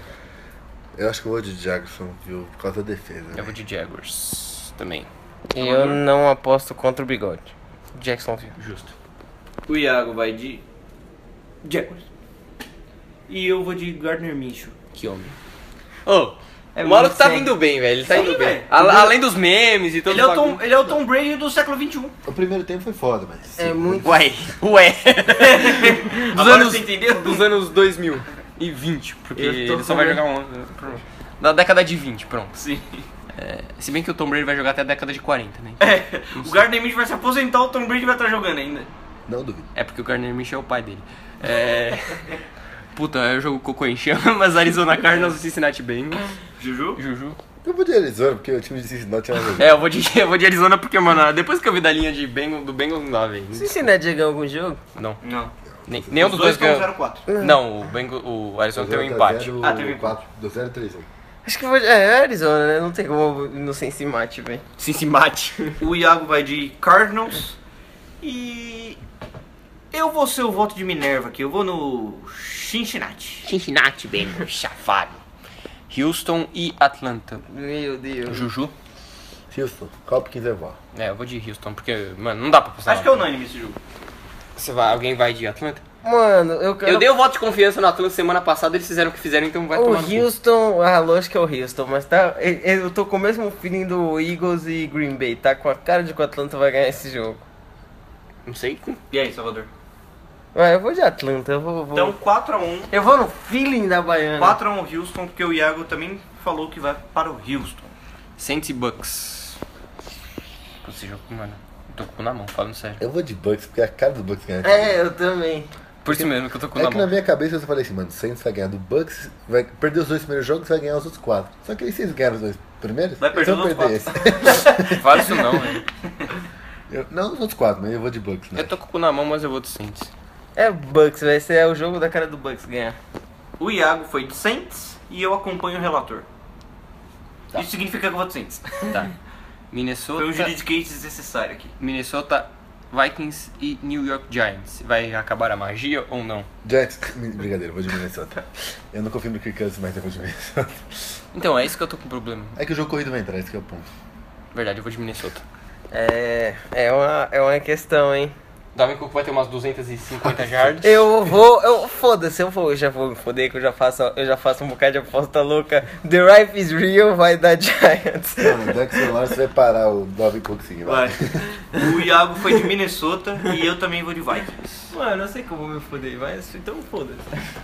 Speaker 3: Eu acho que eu vou de Jackson, viu? Por causa da defesa. né?
Speaker 2: Eu vou de Jaguars também.
Speaker 4: Eu não aposto contra o bigode. Jacksonville.
Speaker 2: Justo.
Speaker 1: O Iago vai de Jaguars. E eu vou de Gardner Minshew.
Speaker 2: Que homem. Ô,
Speaker 1: É
Speaker 2: o maluco tá
Speaker 1: muito
Speaker 2: indo bem, velho. Ele tá
Speaker 1: Sim,
Speaker 2: indo bem.
Speaker 1: velho.
Speaker 2: A-
Speaker 1: Ele- é-
Speaker 2: além dos memes e todo
Speaker 1: Ele é, o
Speaker 2: bagulho.
Speaker 1: Tom, ele é o Tom Brady do século
Speaker 4: um.
Speaker 1: XXI.
Speaker 3: O primeiro tempo foi foda, mas.
Speaker 4: É muito.
Speaker 2: Ué, ué. dos,
Speaker 1: Agora
Speaker 2: anos,
Speaker 1: você entendeu?
Speaker 2: dos anos 2020, porque
Speaker 4: Eu tô
Speaker 2: ele só vai
Speaker 4: falando-
Speaker 2: jogar um ano. Da década de 20, pronto. É,
Speaker 1: Sim.
Speaker 2: Se bem que o Tom Brady vai jogar até a década de 40, né?
Speaker 1: É. O Gardner Minshew vai se aposentar, o Tom Brady vai estar jogando ainda.
Speaker 3: Não duvido.
Speaker 2: É porque o Gardner Minshew é o pai dele. É. Puta, eu jogo Cocô em Chamas, Arizona Cardinals e Cincinnati Bengals.
Speaker 1: Juju?
Speaker 2: Juju.
Speaker 3: Eu vou de Arizona, porque o time de Cincinnati é uma vergonha.
Speaker 2: É, eu vou de, eu vou de Arizona porque, mano, depois que eu vi da linha de Bengals, do Bengals não dá, velho.
Speaker 4: Cincinnati ganhou algum jogo?
Speaker 2: Não.
Speaker 1: Não.
Speaker 2: Nem, nenhum
Speaker 1: Os
Speaker 2: dos
Speaker 1: dois
Speaker 2: dois
Speaker 1: estão
Speaker 2: ganhou.
Speaker 1: 0-4.
Speaker 2: Não, o, Bengal, o Arizona tem um empate.
Speaker 3: tá Zero,
Speaker 1: Ah, teve um
Speaker 3: quatro- Do 0 a 3 aí.
Speaker 4: Acho que foi. É, Arizona, né? Não tem como não ser Cincinnati, velho.
Speaker 2: Cincinnati.
Speaker 1: O Iago vai de Cardinals. E. Eu vou ser o voto de Minerva aqui. Eu vou no Cincinnati.
Speaker 2: Cincinnati Bengals, chafado. Houston e Atlanta.
Speaker 4: Meu Deus.
Speaker 2: Juju?
Speaker 3: Houston, Hopkins é vó.
Speaker 2: É, eu vou de Houston porque, mano, não dá pra passar.
Speaker 1: Acho que é unânime esse jogo.
Speaker 2: Você vai, alguém vai de Atlanta?
Speaker 4: Mano, eu quero.
Speaker 1: um
Speaker 2: Eu dei o voto de confiança no Atlanta semana passada, eles fizeram o que fizeram, então vai
Speaker 4: O
Speaker 2: tomar no cu.
Speaker 4: Houston, ah, lógico que é o Houston, mas tá. eu- Eu tô com o mesmo feeling do Eagles e Green Bay, tá? Com a cara de que o Atlanta vai ganhar esse jogo.
Speaker 2: Não sei.
Speaker 1: E aí, Salvador?
Speaker 4: Vai, Ah, eu vou de Atlanta, eu vou. vou-
Speaker 1: Então 4x1.
Speaker 4: eu vou no feeling da Baiana.
Speaker 1: 4x1 Houston, porque o Iago também falou que vai para o Houston.
Speaker 2: Saints e Bucks. Pô, Esse jogo, mano, eu tô com o cu na mão, falando sério.
Speaker 3: Eu vou de Bucks, porque é a cara do Bucks ganhar.
Speaker 4: É, eu também.
Speaker 2: Por isso mesmo que eu tô com o cu
Speaker 3: É
Speaker 2: na
Speaker 3: que na
Speaker 2: mão.
Speaker 3: minha cabeça eu só falei assim, mano, o Saints vai ganhar do Bucks, vai perder os dois primeiros jogos, vai ganhar os outros quatro. Só que aí vocês ganharam os dois primeiros,
Speaker 1: Vai perder
Speaker 3: eles vão
Speaker 1: os
Speaker 3: perder
Speaker 1: outros
Speaker 3: esse.
Speaker 2: Fala isso não, velho.
Speaker 3: Eu- não os outros quatro, mas eu vou de Bucks, né?
Speaker 2: Eu tô com o cu na mão, mas eu vou do Saints.
Speaker 4: É Bucks, vai ser é o jogo da cara do Bucks ganhar.
Speaker 1: O Iago foi de Tá. Saints e eu acompanho o relator. Isso significa que eu vou de Saints.
Speaker 2: Tá. Minnesota,
Speaker 1: Foi um juridiquês desnecessário aqui.
Speaker 2: Minnesota Vikings e New York Giants. Vai acabar a magia ou não?
Speaker 3: Giants, brincadeira, vou de Minnesota. Eu não confio no Kirk Cousins, mas eu vou de Minnesota.
Speaker 2: Então, é isso que eu tô com problema.
Speaker 3: É que o jogo corrido vai entrar, esse que é o ponto.
Speaker 2: Verdade, eu vou de Minnesota.
Speaker 4: É, é uma, é uma questão, hein?
Speaker 2: Davi Cook vai ter umas 250 jardas.
Speaker 4: Eu vou, eu foda-se, eu vou, eu já vou me foder que eu já faço, eu já faço um bocado de aposta louca. The Rife is real vai dar Giants.
Speaker 3: Mano, o Dexter Lawrence vai parar o Dalvin Cook sim, vai.
Speaker 1: Vai. O Iago foi de Minnesota e eu também vou de Vikings.
Speaker 4: Mano, eu sei que eu vou me foder, mas então foda-se.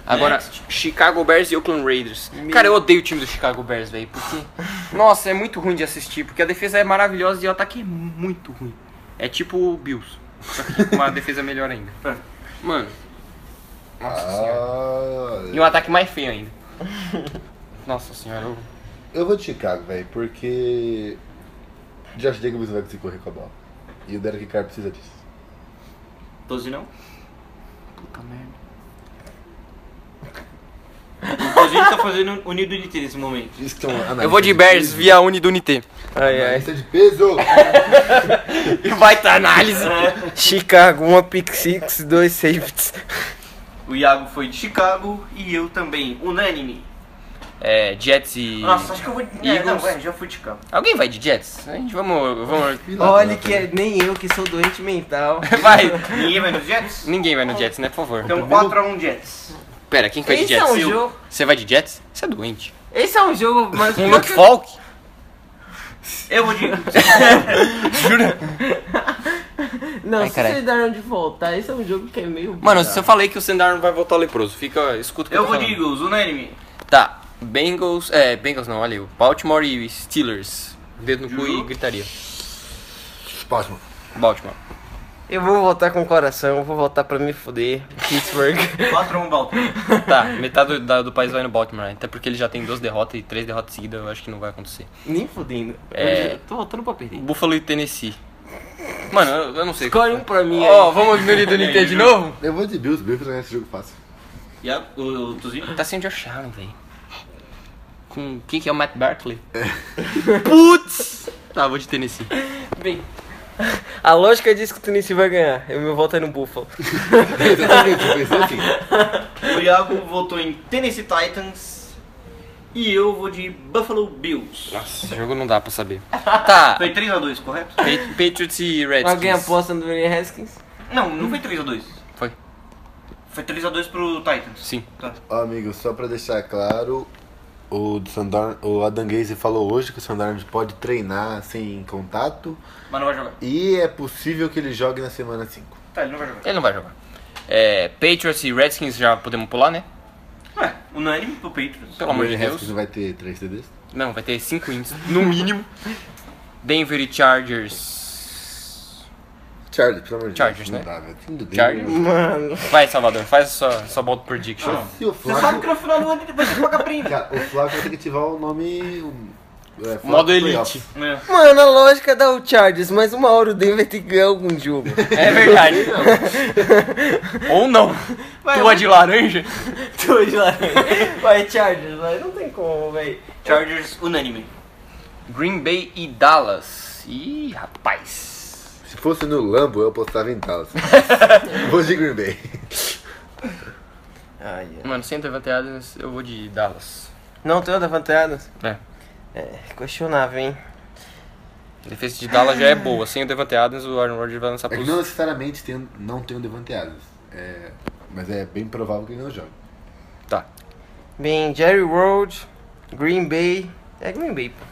Speaker 2: Agora, Chicago Bears e Oakland Raiders. Cara, eu odeio o time do Chicago Bears, velho. Porque, nossa, é muito ruim de assistir. Porque a defesa é maravilhosa e o ataque é muito ruim. É tipo o Bills. Só que com uma defesa melhor ainda. Mano,
Speaker 4: Ah.
Speaker 2: nossa senhora. E
Speaker 3: Ah,
Speaker 2: um ataque mais feio ainda. Nossa senhora, eu...
Speaker 3: eu vou de Chicago, velho, porque Josh Jacobs não vai conseguir correr com a bola. E o Derek Carr precisa disso.
Speaker 1: 12 não?
Speaker 2: Puta merda.
Speaker 1: A gente tá fazendo unido de três nesse momento.
Speaker 3: Isso que é uma análise
Speaker 2: Eu vou de Bears
Speaker 3: peso.
Speaker 2: via É, Uni do Unité.
Speaker 4: Ai, ai.
Speaker 3: Analista de peso!
Speaker 2: E vai ter análise.
Speaker 4: Chicago, uma pick six, dois safeties.
Speaker 1: O Iago foi de Chicago e eu também. Unânime.
Speaker 2: É, Jets e...
Speaker 1: Nossa, acho que eu vou. É, não,
Speaker 2: Eagles.
Speaker 1: é, já fui de Chicago.
Speaker 2: Alguém vai de Jets? A gente, vamos... vamos...
Speaker 4: Olha que é nem eu que sou doente mental.
Speaker 2: Vai.
Speaker 1: Ninguém vai nos Jets?
Speaker 2: Ninguém vai no Jets, né? Por favor.
Speaker 1: Então 4x1 Jets.
Speaker 2: Pera, quem que vai de
Speaker 4: Esse é
Speaker 2: Jets?
Speaker 4: um
Speaker 2: Eu.
Speaker 4: jogo.
Speaker 2: Você vai de Jets? Você é doente.
Speaker 4: Esse é um jogo, mas
Speaker 2: Um Luke Falk?
Speaker 1: Eu vou de.
Speaker 2: Jura?
Speaker 4: Não,
Speaker 2: Ai,
Speaker 4: se
Speaker 2: caralho.
Speaker 4: vocês deram de voltar, esse é um jogo que é meio.
Speaker 2: Mano, se eu falei que o Sendar não vai voltar leproso, fica, escuta o que
Speaker 1: Eu vou
Speaker 2: tô
Speaker 1: de
Speaker 2: falando.
Speaker 1: Eagles, unânime.
Speaker 2: Tá, Bengals, é, Bengals não, olha eu. Baltimore e Steelers. Dedo no cu
Speaker 1: Jurou?
Speaker 2: e gritaria.
Speaker 3: Próximo.
Speaker 2: Baltimore.
Speaker 4: Eu vou voltar com o coração, eu vou voltar pra me foder. Pittsburgh.
Speaker 1: 4x1 Baltimore.
Speaker 2: Tá, metade do, da- do país vai no Baltimore, né? até porque ele já tem duas derrotas e três derrotas seguidas, eu acho que não vai acontecer.
Speaker 4: Nem fodendo.
Speaker 2: É.
Speaker 4: Eu tô voltando pra perder.
Speaker 2: Buffalo e Tennessee. Mano, eu, eu não sei.
Speaker 4: Escolhe um pra mim
Speaker 2: Ó,
Speaker 4: aí.
Speaker 2: vamos no Lido Nintendo de novo?
Speaker 3: Eu vou de Bills, Bills ganha esse jogo fácil.
Speaker 1: Iago, o, o Tuzinho?
Speaker 2: Tá sem o Josh Allen, velho. Com quem que é o Matt Barkley? Putz! Tá, vou de Tennessee.
Speaker 4: Bem, a lógica diz que o Tennessee vai ganhar. Eu me volto aí no Buffalo.
Speaker 3: Eu também pensei assim.
Speaker 1: O Iago votou em Tennessee Titans e eu vou de Buffalo Bills.
Speaker 2: Nossa, esse jogo não dá pra saber. Tá,
Speaker 1: Foi 3x2, correto?
Speaker 2: Pa- Patriots e Redskins.
Speaker 4: Alguém aposta no Dwayne Haskins?
Speaker 1: Não, não foi 3x2.
Speaker 2: Foi,
Speaker 1: Foi 3x2 pro Titans.
Speaker 2: sim.
Speaker 1: Tá.
Speaker 3: Ó, amigo, só pra deixar claro, o, do Sandor, o Adam Gaze falou hoje que o Sandarno pode treinar sem contato
Speaker 1: Mas não vai jogar.
Speaker 3: e é possível que ele jogue na semana 5.
Speaker 1: Tá, ele não vai jogar.
Speaker 2: Ele não vai jogar. É, Patriots e Redskins já podemos pular, né?
Speaker 1: Ué, unânime pro Patriots.
Speaker 2: Pelo amor de Deus.
Speaker 3: Não vai ter 3 TDs?
Speaker 2: Não, vai ter 5 wins, no mínimo. Denver e Chargers.
Speaker 3: Chargers, pelo amor de
Speaker 2: Chargers, né?
Speaker 3: Deus. Não dá, velho. Tudo bem,
Speaker 2: Chargers?
Speaker 3: velho.
Speaker 4: Mano.
Speaker 2: Vai, Salvador, faz a sua, sua bold prediction.
Speaker 1: Não.
Speaker 3: Se o
Speaker 1: Você sabe que
Speaker 3: Flávio.
Speaker 1: no final do ano ele vai ser paga prima.
Speaker 2: É.
Speaker 3: Cara, o Flávio vai ter que ativar o nome. O, é, Flávio
Speaker 2: Modo
Speaker 3: Playoffs.
Speaker 2: Elite.
Speaker 1: É.
Speaker 4: Mano, a lógica dá o Chargers, mas uma hora o Denver tem que ganhar algum jogo.
Speaker 2: É verdade. Ou não.
Speaker 4: Vai,
Speaker 2: Tua de laranja.
Speaker 4: Dois lá. Vai, Chargers, vai. Não tem como, velho.
Speaker 1: Chargers unânime.
Speaker 2: Green Bay e Dallas. Ih, rapaz.
Speaker 3: Se fosse no Lambo, eu apostava em Dallas. Vou de Green Bay.
Speaker 2: Mano, sem Devante Adams, eu vou de Dallas.
Speaker 4: Não tem outra vantagem?
Speaker 2: É.
Speaker 4: É, questionável, hein?
Speaker 2: A defesa de Dallas já é boa. Sem o Devante Adams, o Aaron Rodgers vai lançar
Speaker 3: É que
Speaker 2: pros...
Speaker 3: não necessariamente tem, não tem o Devante Adams. É, mas é bem provável que ele não jogue.
Speaker 2: Tá.
Speaker 4: Bem, Jerry World, Green Bay. É Green Bay, pô.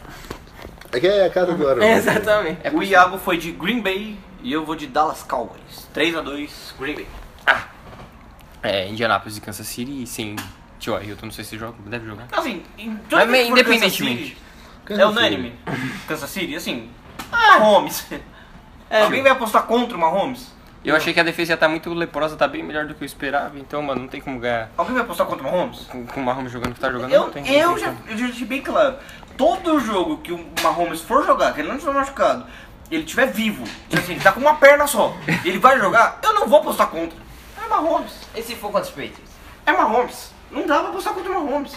Speaker 3: É que é a casa do Aaron.
Speaker 4: Exatamente.
Speaker 1: o Iago foi de Green Bay e eu vou de Dallas Cowboys. 3x2, Green Bay.
Speaker 2: É, Indianapolis e Kansas City e sem Tio Hilton, não sei se joga, deve jogar.
Speaker 1: Assim, em tudo que
Speaker 2: Mas,
Speaker 1: for
Speaker 2: independentemente.
Speaker 1: Kansas City,
Speaker 3: Kansas
Speaker 1: É
Speaker 3: City.
Speaker 1: unânime. Kansas City, assim. Ah, Holmes.
Speaker 2: É.
Speaker 1: Alguém vai apostar contra uma Holmes?
Speaker 2: Eu achei que a defesa ia estar muito leprosa, tá bem melhor do que eu esperava, então, mano, não tem como ganhar.
Speaker 1: Alguém vai apostar contra uma Holmes?
Speaker 2: Com, com o Mahomes jogando que tá jogando,
Speaker 1: Eu,
Speaker 2: não tem não
Speaker 1: eu,
Speaker 2: tem
Speaker 1: já,
Speaker 2: como.
Speaker 1: eu já deixei bem claro. Todo jogo que o Mahomes for jogar, que ele não estiver machucado, ele estiver vivo, tipo assim, ele tá com uma perna só, ele vai jogar, eu não vou apostar contra. É Mahomes.
Speaker 4: E se for contra os Patriots?
Speaker 1: É Mahomes. Não dá pra apostar contra o Mahomes.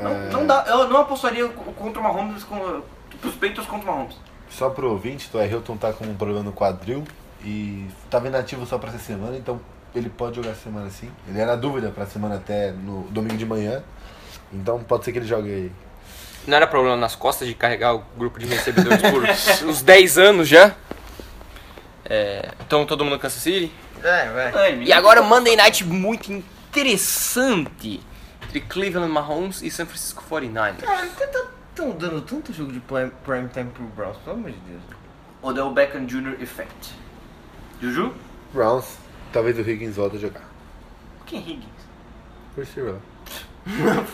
Speaker 1: Não, não dá. Eu não apostaria co- contra o Mahomes, com, pros peitos contra o Mahomes.
Speaker 3: Só pro ouvinte, o Ayrton tá com um problema no quadril e tava inativo só pra essa semana, então ele pode jogar essa semana sim. Ele era dúvida pra semana até no domingo de manhã, então pode ser que ele jogue aí.
Speaker 2: Não era problema nas costas de carregar o grupo de recebedores por uns 10 anos já? É, então todo mundo Kansas City?
Speaker 4: É, vai.
Speaker 1: Ai,
Speaker 2: E agora Monday Night muito interessante entre Cleveland Mahomes e San Francisco 49ers.
Speaker 4: Cara, por que tá tão dando tanto jogo de prime, prime time pro Browns? Pelo amor de Deus.
Speaker 1: Odell Beckham Jr. Effect. Juju?
Speaker 3: Browns, talvez o Higgins volte a jogar.
Speaker 1: Quem é Higgins?
Speaker 3: Percy Rowe.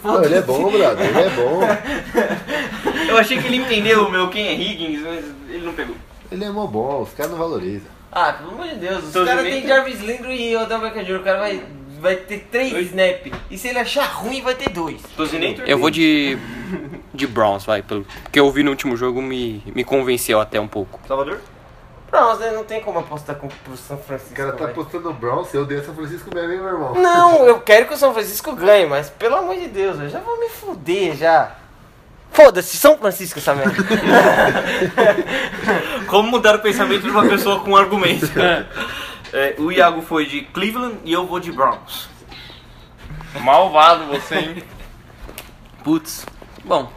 Speaker 3: Não, ele é bom, brother. Ele é bom.
Speaker 1: Eu achei que ele entendeu o meu quem é Higgins, mas ele não pegou.
Speaker 3: Ele é mó bom, os caras não valorizam.
Speaker 4: Ah, pelo amor de Deus. Os
Speaker 1: Todo
Speaker 4: caras
Speaker 1: bem?
Speaker 4: têm Jarvis Landry e Odell Beckham Jr. O cara vai, vai ter três snap. E se ele achar ruim, vai ter dois.
Speaker 1: Tozinator?
Speaker 2: Eu vou de de Browns, vai, pelo que eu vi no último jogo me, me convenceu até um pouco.
Speaker 1: Salvador?
Speaker 4: Browns, né? Não tem como apostar com, pro São Francisco.
Speaker 3: O cara tá
Speaker 4: vai.
Speaker 3: apostando no Browns, eu dei São Francisco mesmo, hein, meu irmão?
Speaker 4: Não, eu quero que o São Francisco ganhe, mas pelo amor de Deus, eu já vou me fuder já. Foda-se, São Francisco essa merda.
Speaker 1: Como mudar o pensamento de uma pessoa com argumento? É, o Iago foi de Cleveland e eu vou de Browns.
Speaker 2: Malvado você, hein? Putz. Bom,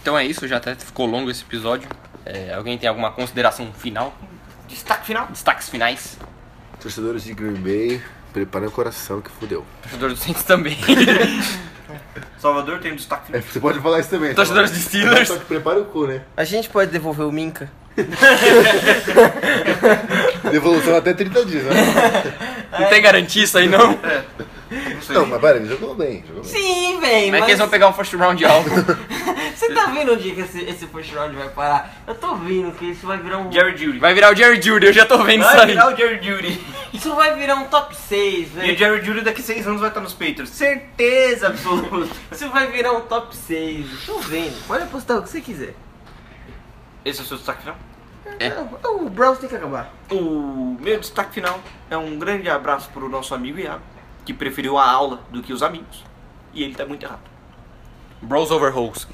Speaker 2: então é isso, já até ficou longo esse episódio. É, alguém tem alguma consideração final?
Speaker 1: Destaque final.
Speaker 2: Destaques finais?
Speaker 3: Torcedores de Green Bay, preparem o coração que fudeu.
Speaker 2: Torcedor do Saints também.
Speaker 1: Salvador tem um destaque
Speaker 3: É,
Speaker 1: final.
Speaker 3: você pode falar isso também. tá
Speaker 2: Torcedores de Steelers.
Speaker 3: Só que prepara o cu, né?
Speaker 4: A gente pode devolver o Minca?
Speaker 3: Devolução até 30 dias, né?
Speaker 2: Não tem garantia isso aí, não? Como
Speaker 1: Não sei.
Speaker 3: Não, mas pera, ele jogou bem, jogou bem.
Speaker 4: Sim, véi,
Speaker 2: é que eles vão pegar um first round de algo?
Speaker 4: Você tá vendo onde que esse, esse first round vai parar? Eu tô vendo que isso vai virar um.
Speaker 1: Jerry Judy.
Speaker 2: Vai virar o Jerry Judy, eu já tô vendo isso
Speaker 1: Vai
Speaker 2: aí.
Speaker 1: virar o Jerry Judy.
Speaker 4: Isso vai virar um top 6,
Speaker 1: E o
Speaker 4: velho.
Speaker 1: Jerry Judy daqui seis anos vai estar nos Patriots. Certeza absoluta.
Speaker 4: Isso vai virar um top 6. Tô vendo. Pode apostar o que você quiser.
Speaker 1: Esse é o seu destaque final?
Speaker 2: É.
Speaker 4: Não, o Browns tem que acabar.
Speaker 1: O meu destaque final é um grande abraço para o nosso amigo Iago, que preferiu a aula do que os amigos. E ele tá muito errado.
Speaker 2: Bros over hoes.